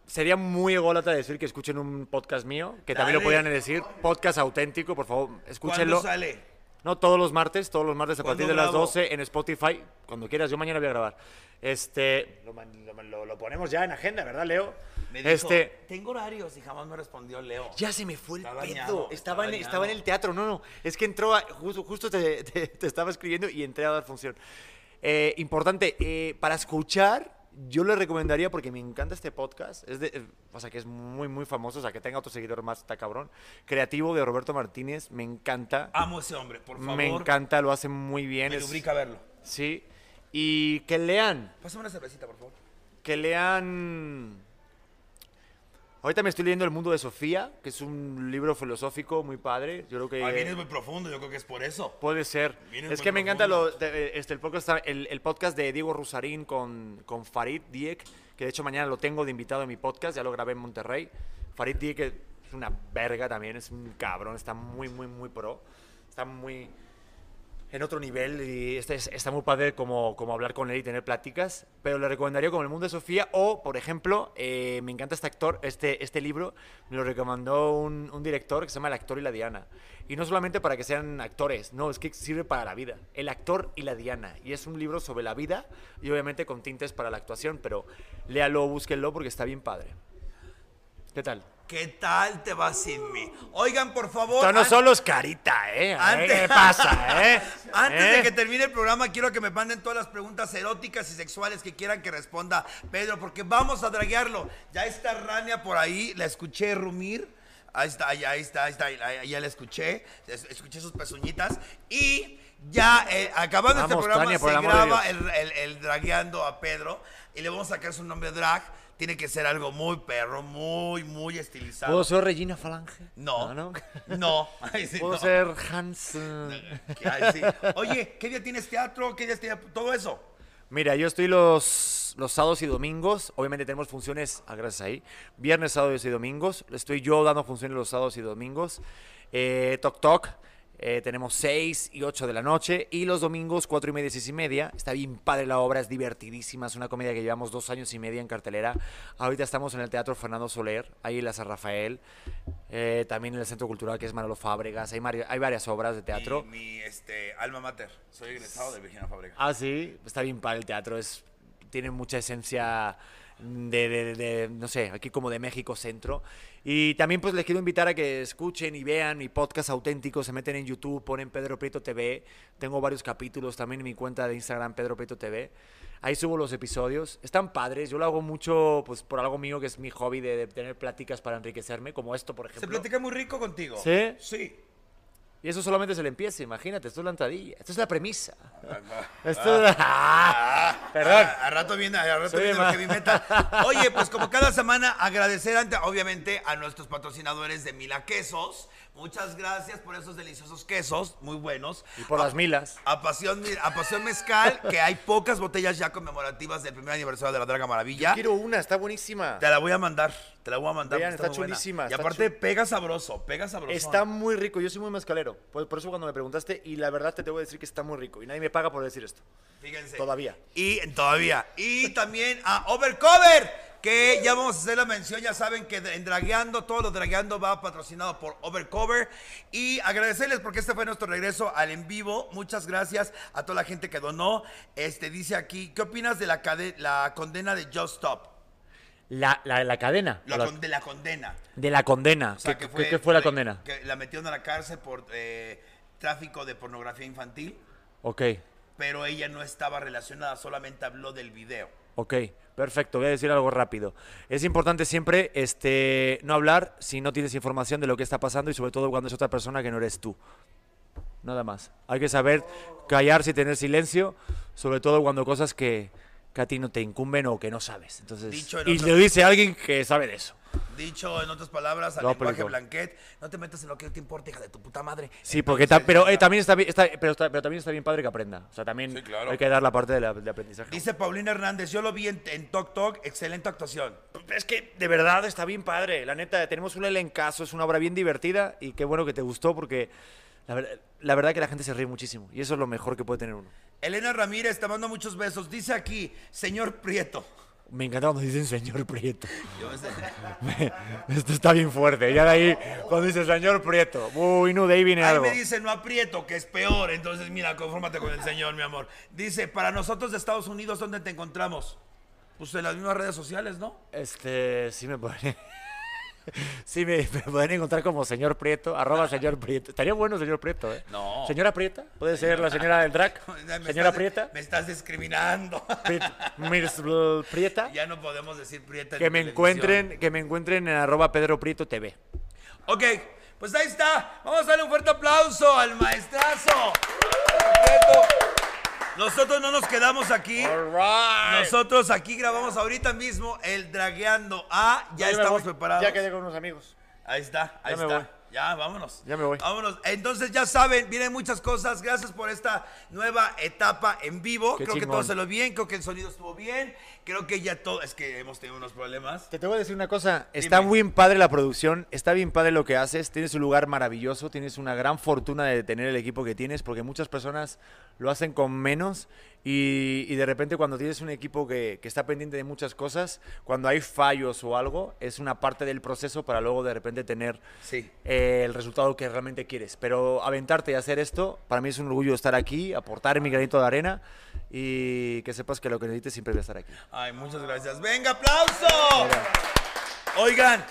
Sería muy ególatra decir que escuchen un podcast mío, que también lo
Dale.
podrían decir. Podcast auténtico, por favor,
¿Cuándo
escúchenlo.
sale?
No, todos los martes, todos los martes a
¿Cuándo
partir de las
grabo?
12 en Spotify. Cuando quieras, yo mañana voy a grabar. Este. Lo, man- lo- lo- lo ponemos ya en agenda, ¿verdad, Leo?
Me dijo,
este.
tengo horarios y jamás me respondió Leo.
Ya se me fue el
Está
pedo.
dañado, está
estaba, en,
dañado.
estaba en el teatro. No, no. Es que entró. a- justo justo te, te- te estaba escribiendo y entré a dar función. Eh, importante, eh, para escuchar yo le recomendaría, porque me encanta este podcast, es de, eh, o sea, que es muy, muy famoso, o sea, que tenga otro seguidor más, está cabrón. Creativo de Roberto Martínez, me encanta.
Amo ese hombre, Ah, por favor.
me encanta, lo hace muy bien.
Me
es-
lubrica verlo.
Sí. Y que lean,
Pásame una cervecita, por favor.
que lean... Ahorita me estoy leyendo El Mundo de Sofía, que es un libro filosófico muy padre. Yo creo que...
Ahí vienes Ah, muy profundo, yo creo que es por eso.
Puede ser.
Vienes
es
muy
que me encanta
profundo.
lo, de- este, el, podcast, el, el podcast de Diego Rusarín con, con Farid Diek, que de hecho mañana lo tengo de invitado en mi podcast, ya lo grabé en Monterrey. Farid Diek es una verga también, es un cabrón, está muy, muy, muy pro. Está muy en otro nivel y está, es- está muy padre como, como hablar con él y tener pláticas, pero le recomendaría como El Mundo de Sofía o, por ejemplo, eh, me encanta este actor, este, este libro, me lo recomendó un, un director que se llama El actor y la Diana. Y no solamente para que sean actores, no, es que sirve para la vida. El actor y la Diana. Y es un libro sobre la vida y obviamente con tintes para la actuación, pero léalo, búsquenlo porque está bien padre. ¿Qué tal?
¿Qué tal te vas sin mí? Oigan, por favor.
Esto no
Oh, an-
solos carita, ¿eh? A ver
Antes-
¿Qué pasa, eh?
Antes
¿Eh?
de que termine el programa, quiero que me manden todas las preguntas eróticas y sexuales que quieran que responda Pedro, porque vamos a draguearlo. Ya está Rania por ahí, la escuché rumir. Ahí está, ahí, ahí está, ahí está, ahí- ahí- ya la escuché. Es- Escuché sus pezuñitas. Y ya, eh, acabando este
Vamos,
programa,
Tania, por
se
el amor de
graba el, el- el dragueando a Pedro y le vamos a sacar su nombre drag. Tiene que ser algo muy perro, muy, muy estilizado.
¿Puedo ser Regina Falange?
No,
no.
no. Ay, sí,
¿Puedo
no.
ser Hans? eh?
Ay, sí. Oye, ¿qué día tienes teatro? ¿Qué día tienes todo eso?
Mira, yo estoy los, los sábados y domingos. Obviamente tenemos funciones, ah, gracias ahí. Viernes, sábados y domingos. Estoy yo dando funciones los sábados y domingos. Eh, toc Toc. eh, tenemos 6 y 8 de la noche y los domingos 4 y media, 6 y media. Está bien padre la obra, es divertidísima. Es una comedia que llevamos dos años y media en cartelera. Ahorita estamos en el Teatro Fernando Soler, ahí en la San Rafael. eh, también en el Centro Cultural que es Manolo Fábregas. Hay, mari- hay varias obras de teatro.
Mi, mi, este, alma mater. Soy egresado de Virginia Fábrica.
Ah, sí, está bien para el teatro, es, tiene mucha esencia de, de- de- no sé, aquí como de México Centro. Y también pues les quiero invitar a que escuchen y vean mi podcast auténtico, se meten en YouTube, ponen Pedro Prieto TV, tengo varios capítulos también en mi cuenta de Instagram, Pedro Prieto TV. Ahí subo los episodios, están padres, yo lo hago mucho pues por algo mío que es mi hobby de, de tener pláticas para enriquecerme, como esto por
¿Se
ejemplo.
platica muy rico contigo?
¿Sí?
Sí.
Y eso solamente se le empieza, imagínate, esto es la entradilla, esto es la premisa.
Ah,
Esto
Perdón. A, a ah, rato viene, a rato
Soy
viene
ma-
el heavy metal. Oye, pues como cada semana, agradecer ante- obviamente a nuestros patrocinadores de Mila Quesos. Muchas gracias por esos deliciosos quesos, muy buenos.
Y por las milas.
A Pasión, Mi- a Pasión Mezcal, que hay pocas botellas ya conmemorativas del primer aniversario de la Draga Maravilla.
Quiero una, está buenísima.
Te la voy a mandar, te la voy a mandar.
Vean,
porque
está
muy buena.
chulísima,
Y
está
aparte,
chul-
pega sabroso, pega sabroso.
Está muy rico, yo soy muy mezcalero. Por, por eso cuando me preguntaste, y la verdad te debo decir que está muy rico. Y nadie me paga por decir esto.
Fíjense.
Todavía.
Y todavía. Y también a Overcover, que ya vamos a hacer la mención. Ya saben que en Dragueando, todo lo Dragueando va patrocinado por Overcover. Y agradecerles porque este fue nuestro regreso al en vivo. Muchas gracias a toda la gente que donó. Este dice aquí, ¿qué opinas de la, cade- la condena de Just Stop?
La, la, la cadena.
La
la-
con- de la condena.
de la condena.
O sea,
¿Qué,
que
qué- qué fue la condena?
Que la metieron a la cárcel por eh, tráfico de pornografía infantil,
Ok,
pero ella no estaba relacionada, solamente habló del video.
ok. Perfecto, voy a decir algo rápido. Es importante siempre este, no hablar si no tienes información de lo que está pasando y sobre todo cuando es otra persona que no eres tú. Nada más. Hay que saber callarse y tener silencio, sobre todo cuando cosas que, que a ti no te incumben o que no sabes. Entonces,
Dicho en
y
otras-
lo dice alguien que sabe de eso.
Dicho en otras palabras, al
Lo
lenguaje
aplicó.
blanquet, no te metas en lo que te importa, hija de tu puta madre.
Sí, porque ta-
Entonces,
pero eh,
ya.
también está, bien- está- pero, está- pero también está bien padre que aprenda. O sea, también
Sí, claro.
hay que dar la parte de, la- de aprendizaje.
Dice Paulina Hernández, yo lo vi en, en Tok Tok, excelente actuación.
es que de verdad está bien padre. La neta, tenemos un elencazo, es una obra bien divertida y qué bueno que te gustó porque la, ver- la verdad que la gente se ríe muchísimo y eso es lo mejor que puede tener uno.
Elena Ramírez, te mando muchos besos. Dice aquí, señor Prieto.
Me encanta cuando dicen señor Prieto. Esto está bien fuerte. Ya de ahí, cuando dice señor Prieto, uy, no, de ahí viene
Ahí
algo.
me dice, no aprieto, que es peor. Entonces, mira, confórmate con el señor, mi amor. Dice, para nosotros de Estados Unidos, ¿dónde te encontramos? Pues en las mismas redes sociales, ¿no?
Este, sí me pone. Sí, me, me pueden encontrar como señor Prieto, arroba señor Prieto. Estaría bueno señor Prieto, ¿eh?
No.
Señora Prieta, puede ser la señora del drag.
Me estás-
Señora Prieta.
Me estás discriminando.
Priet- Mirs- bl- Prieta.
ya no podemos decir prieta. en
Que me
televisión.
encuentren, que me encuentren en arroba Pedro Prieto TV.
Ok, pues ahí está. Vamos a darle un fuerte aplauso al maestrazo. Perfecto. Nosotros no nos quedamos aquí. Nosotros aquí grabamos ahorita mismo el Dragueando A. Ya
Yo me
estamos
voy.
preparados.
Ya quedé con unos amigos.
Ahí está, ahí
me
está.
voy.
Ya, vámonos.
Ya me voy.
Vámonos. Entonces ya saben, vienen muchas cosas. Gracias por esta nueva etapa en vivo.
Qué
creo que
chingón.
todo salió bien, creo que el sonido estuvo bien. Creo que ya todo... Es que hemos tenido unos problemas.
Te tengo que decir una cosa, está
Dime.
muy bien padre la producción, está bien padre lo que haces, tienes un lugar maravilloso, tienes una gran fortuna de tener el equipo que tienes, porque muchas personas lo hacen con menos y, y de repente cuando tienes un equipo que, que está pendiente de muchas cosas, cuando hay fallos o algo, es una parte del proceso para luego de repente tener
Sí.
eh, el resultado que realmente quieres. Pero aventarte y hacer esto, para mí es un orgullo estar aquí, aportar mi granito de arena y que sepas que lo que necesites siempre voy a estar aquí.
Ay, muchas gracias. Venga, aplauso. Oigan,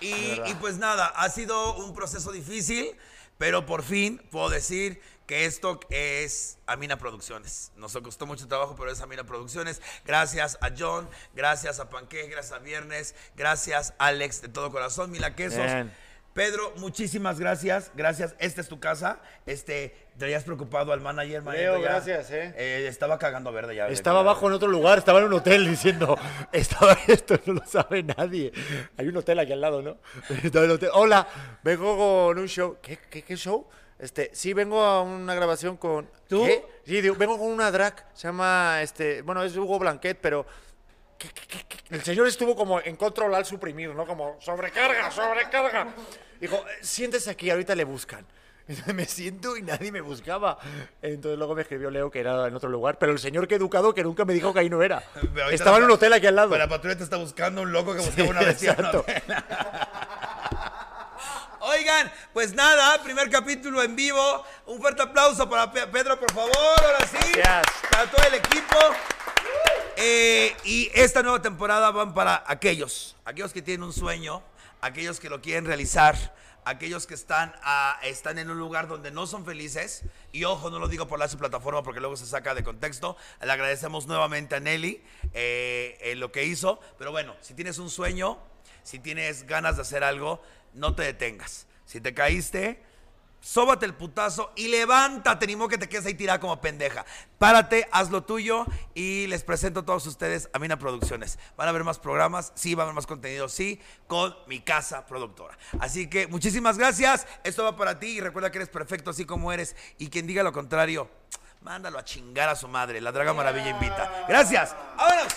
y, y pues nada, ha sido un proceso difícil, pero por fin puedo decir que esto es Amina Producciones. Nos costó mucho trabajo, pero es Amina Producciones. Gracias a John, gracias a Panqué, gracias a Viernes, gracias Alex de todo corazón, Mila Quesos.
Bien.
Pedro, muchísimas gracias, gracias. Esta es tu casa. Este, te habías preocupado al
Leo,
manager, manito, ya.
gracias, ¿eh?
Estaba cagando verde ya.
Estaba abajo en otro lugar, estaba en un hotel diciendo, estaba esto, no lo sabe nadie. Hay un hotel aquí al lado, ¿no? Estaba en el hotel. Hola, vengo con un show. ¿Qué, qué, qué show? Este, sí, vengo a una grabación con...
¿Tú?
¿Qué? Sí, digo, vengo con una drag, se llama, este, bueno, es Hugo Blanquet, pero... ¿qué, qué, qué, qué? El señor estuvo como en control al suprimir, ¿no? Como, sobrecarga, sobrecarga. Dijo, "Eh, siéntese aquí, ahorita le buscan. Entonces me siento y nadie me buscaba. Entonces luego me escribió Leo que era en otro lugar, pero el señor que educado que nunca me dijo que ahí no era.
Pero ahorita
Estaba
la-
en un hotel aquí al lado.
Pero la patrulla te está buscando un loco que buscaba una vez.
Exacto.
Oigan, pues nada, primer capítulo en vivo. Un fuerte aplauso para Pe- Pedro, por favor, ahora sí.
Gracias.
Para todo el equipo. Eh, y esta nueva temporada van para aquellos, aquellos que tienen un sueño, aquellos que lo quieren realizar, aquellos que están, ah, están en un lugar donde no son felices. Y ojo, no lo digo por la su plataforma porque luego se saca de contexto. Le agradecemos nuevamente a Nelly eh, eh, lo que hizo. Pero bueno, si tienes un sueño, si tienes ganas de hacer algo, no te detengas. Si te caíste, Sóbate el putazo y levántate, ni modo que te quedes ahí tirada como pendeja. Párate, haz lo tuyo y les presento a todos ustedes a Mina Producciones. Van a ver más programas, sí, van a ver más contenido, sí, con mi casa productora. Así que muchísimas gracias, esto va para ti y recuerda que eres perfecto así como eres y quien diga lo contrario, mándalo a chingar a su madre. La Draga Maravilla invita. Gracias, vámonos.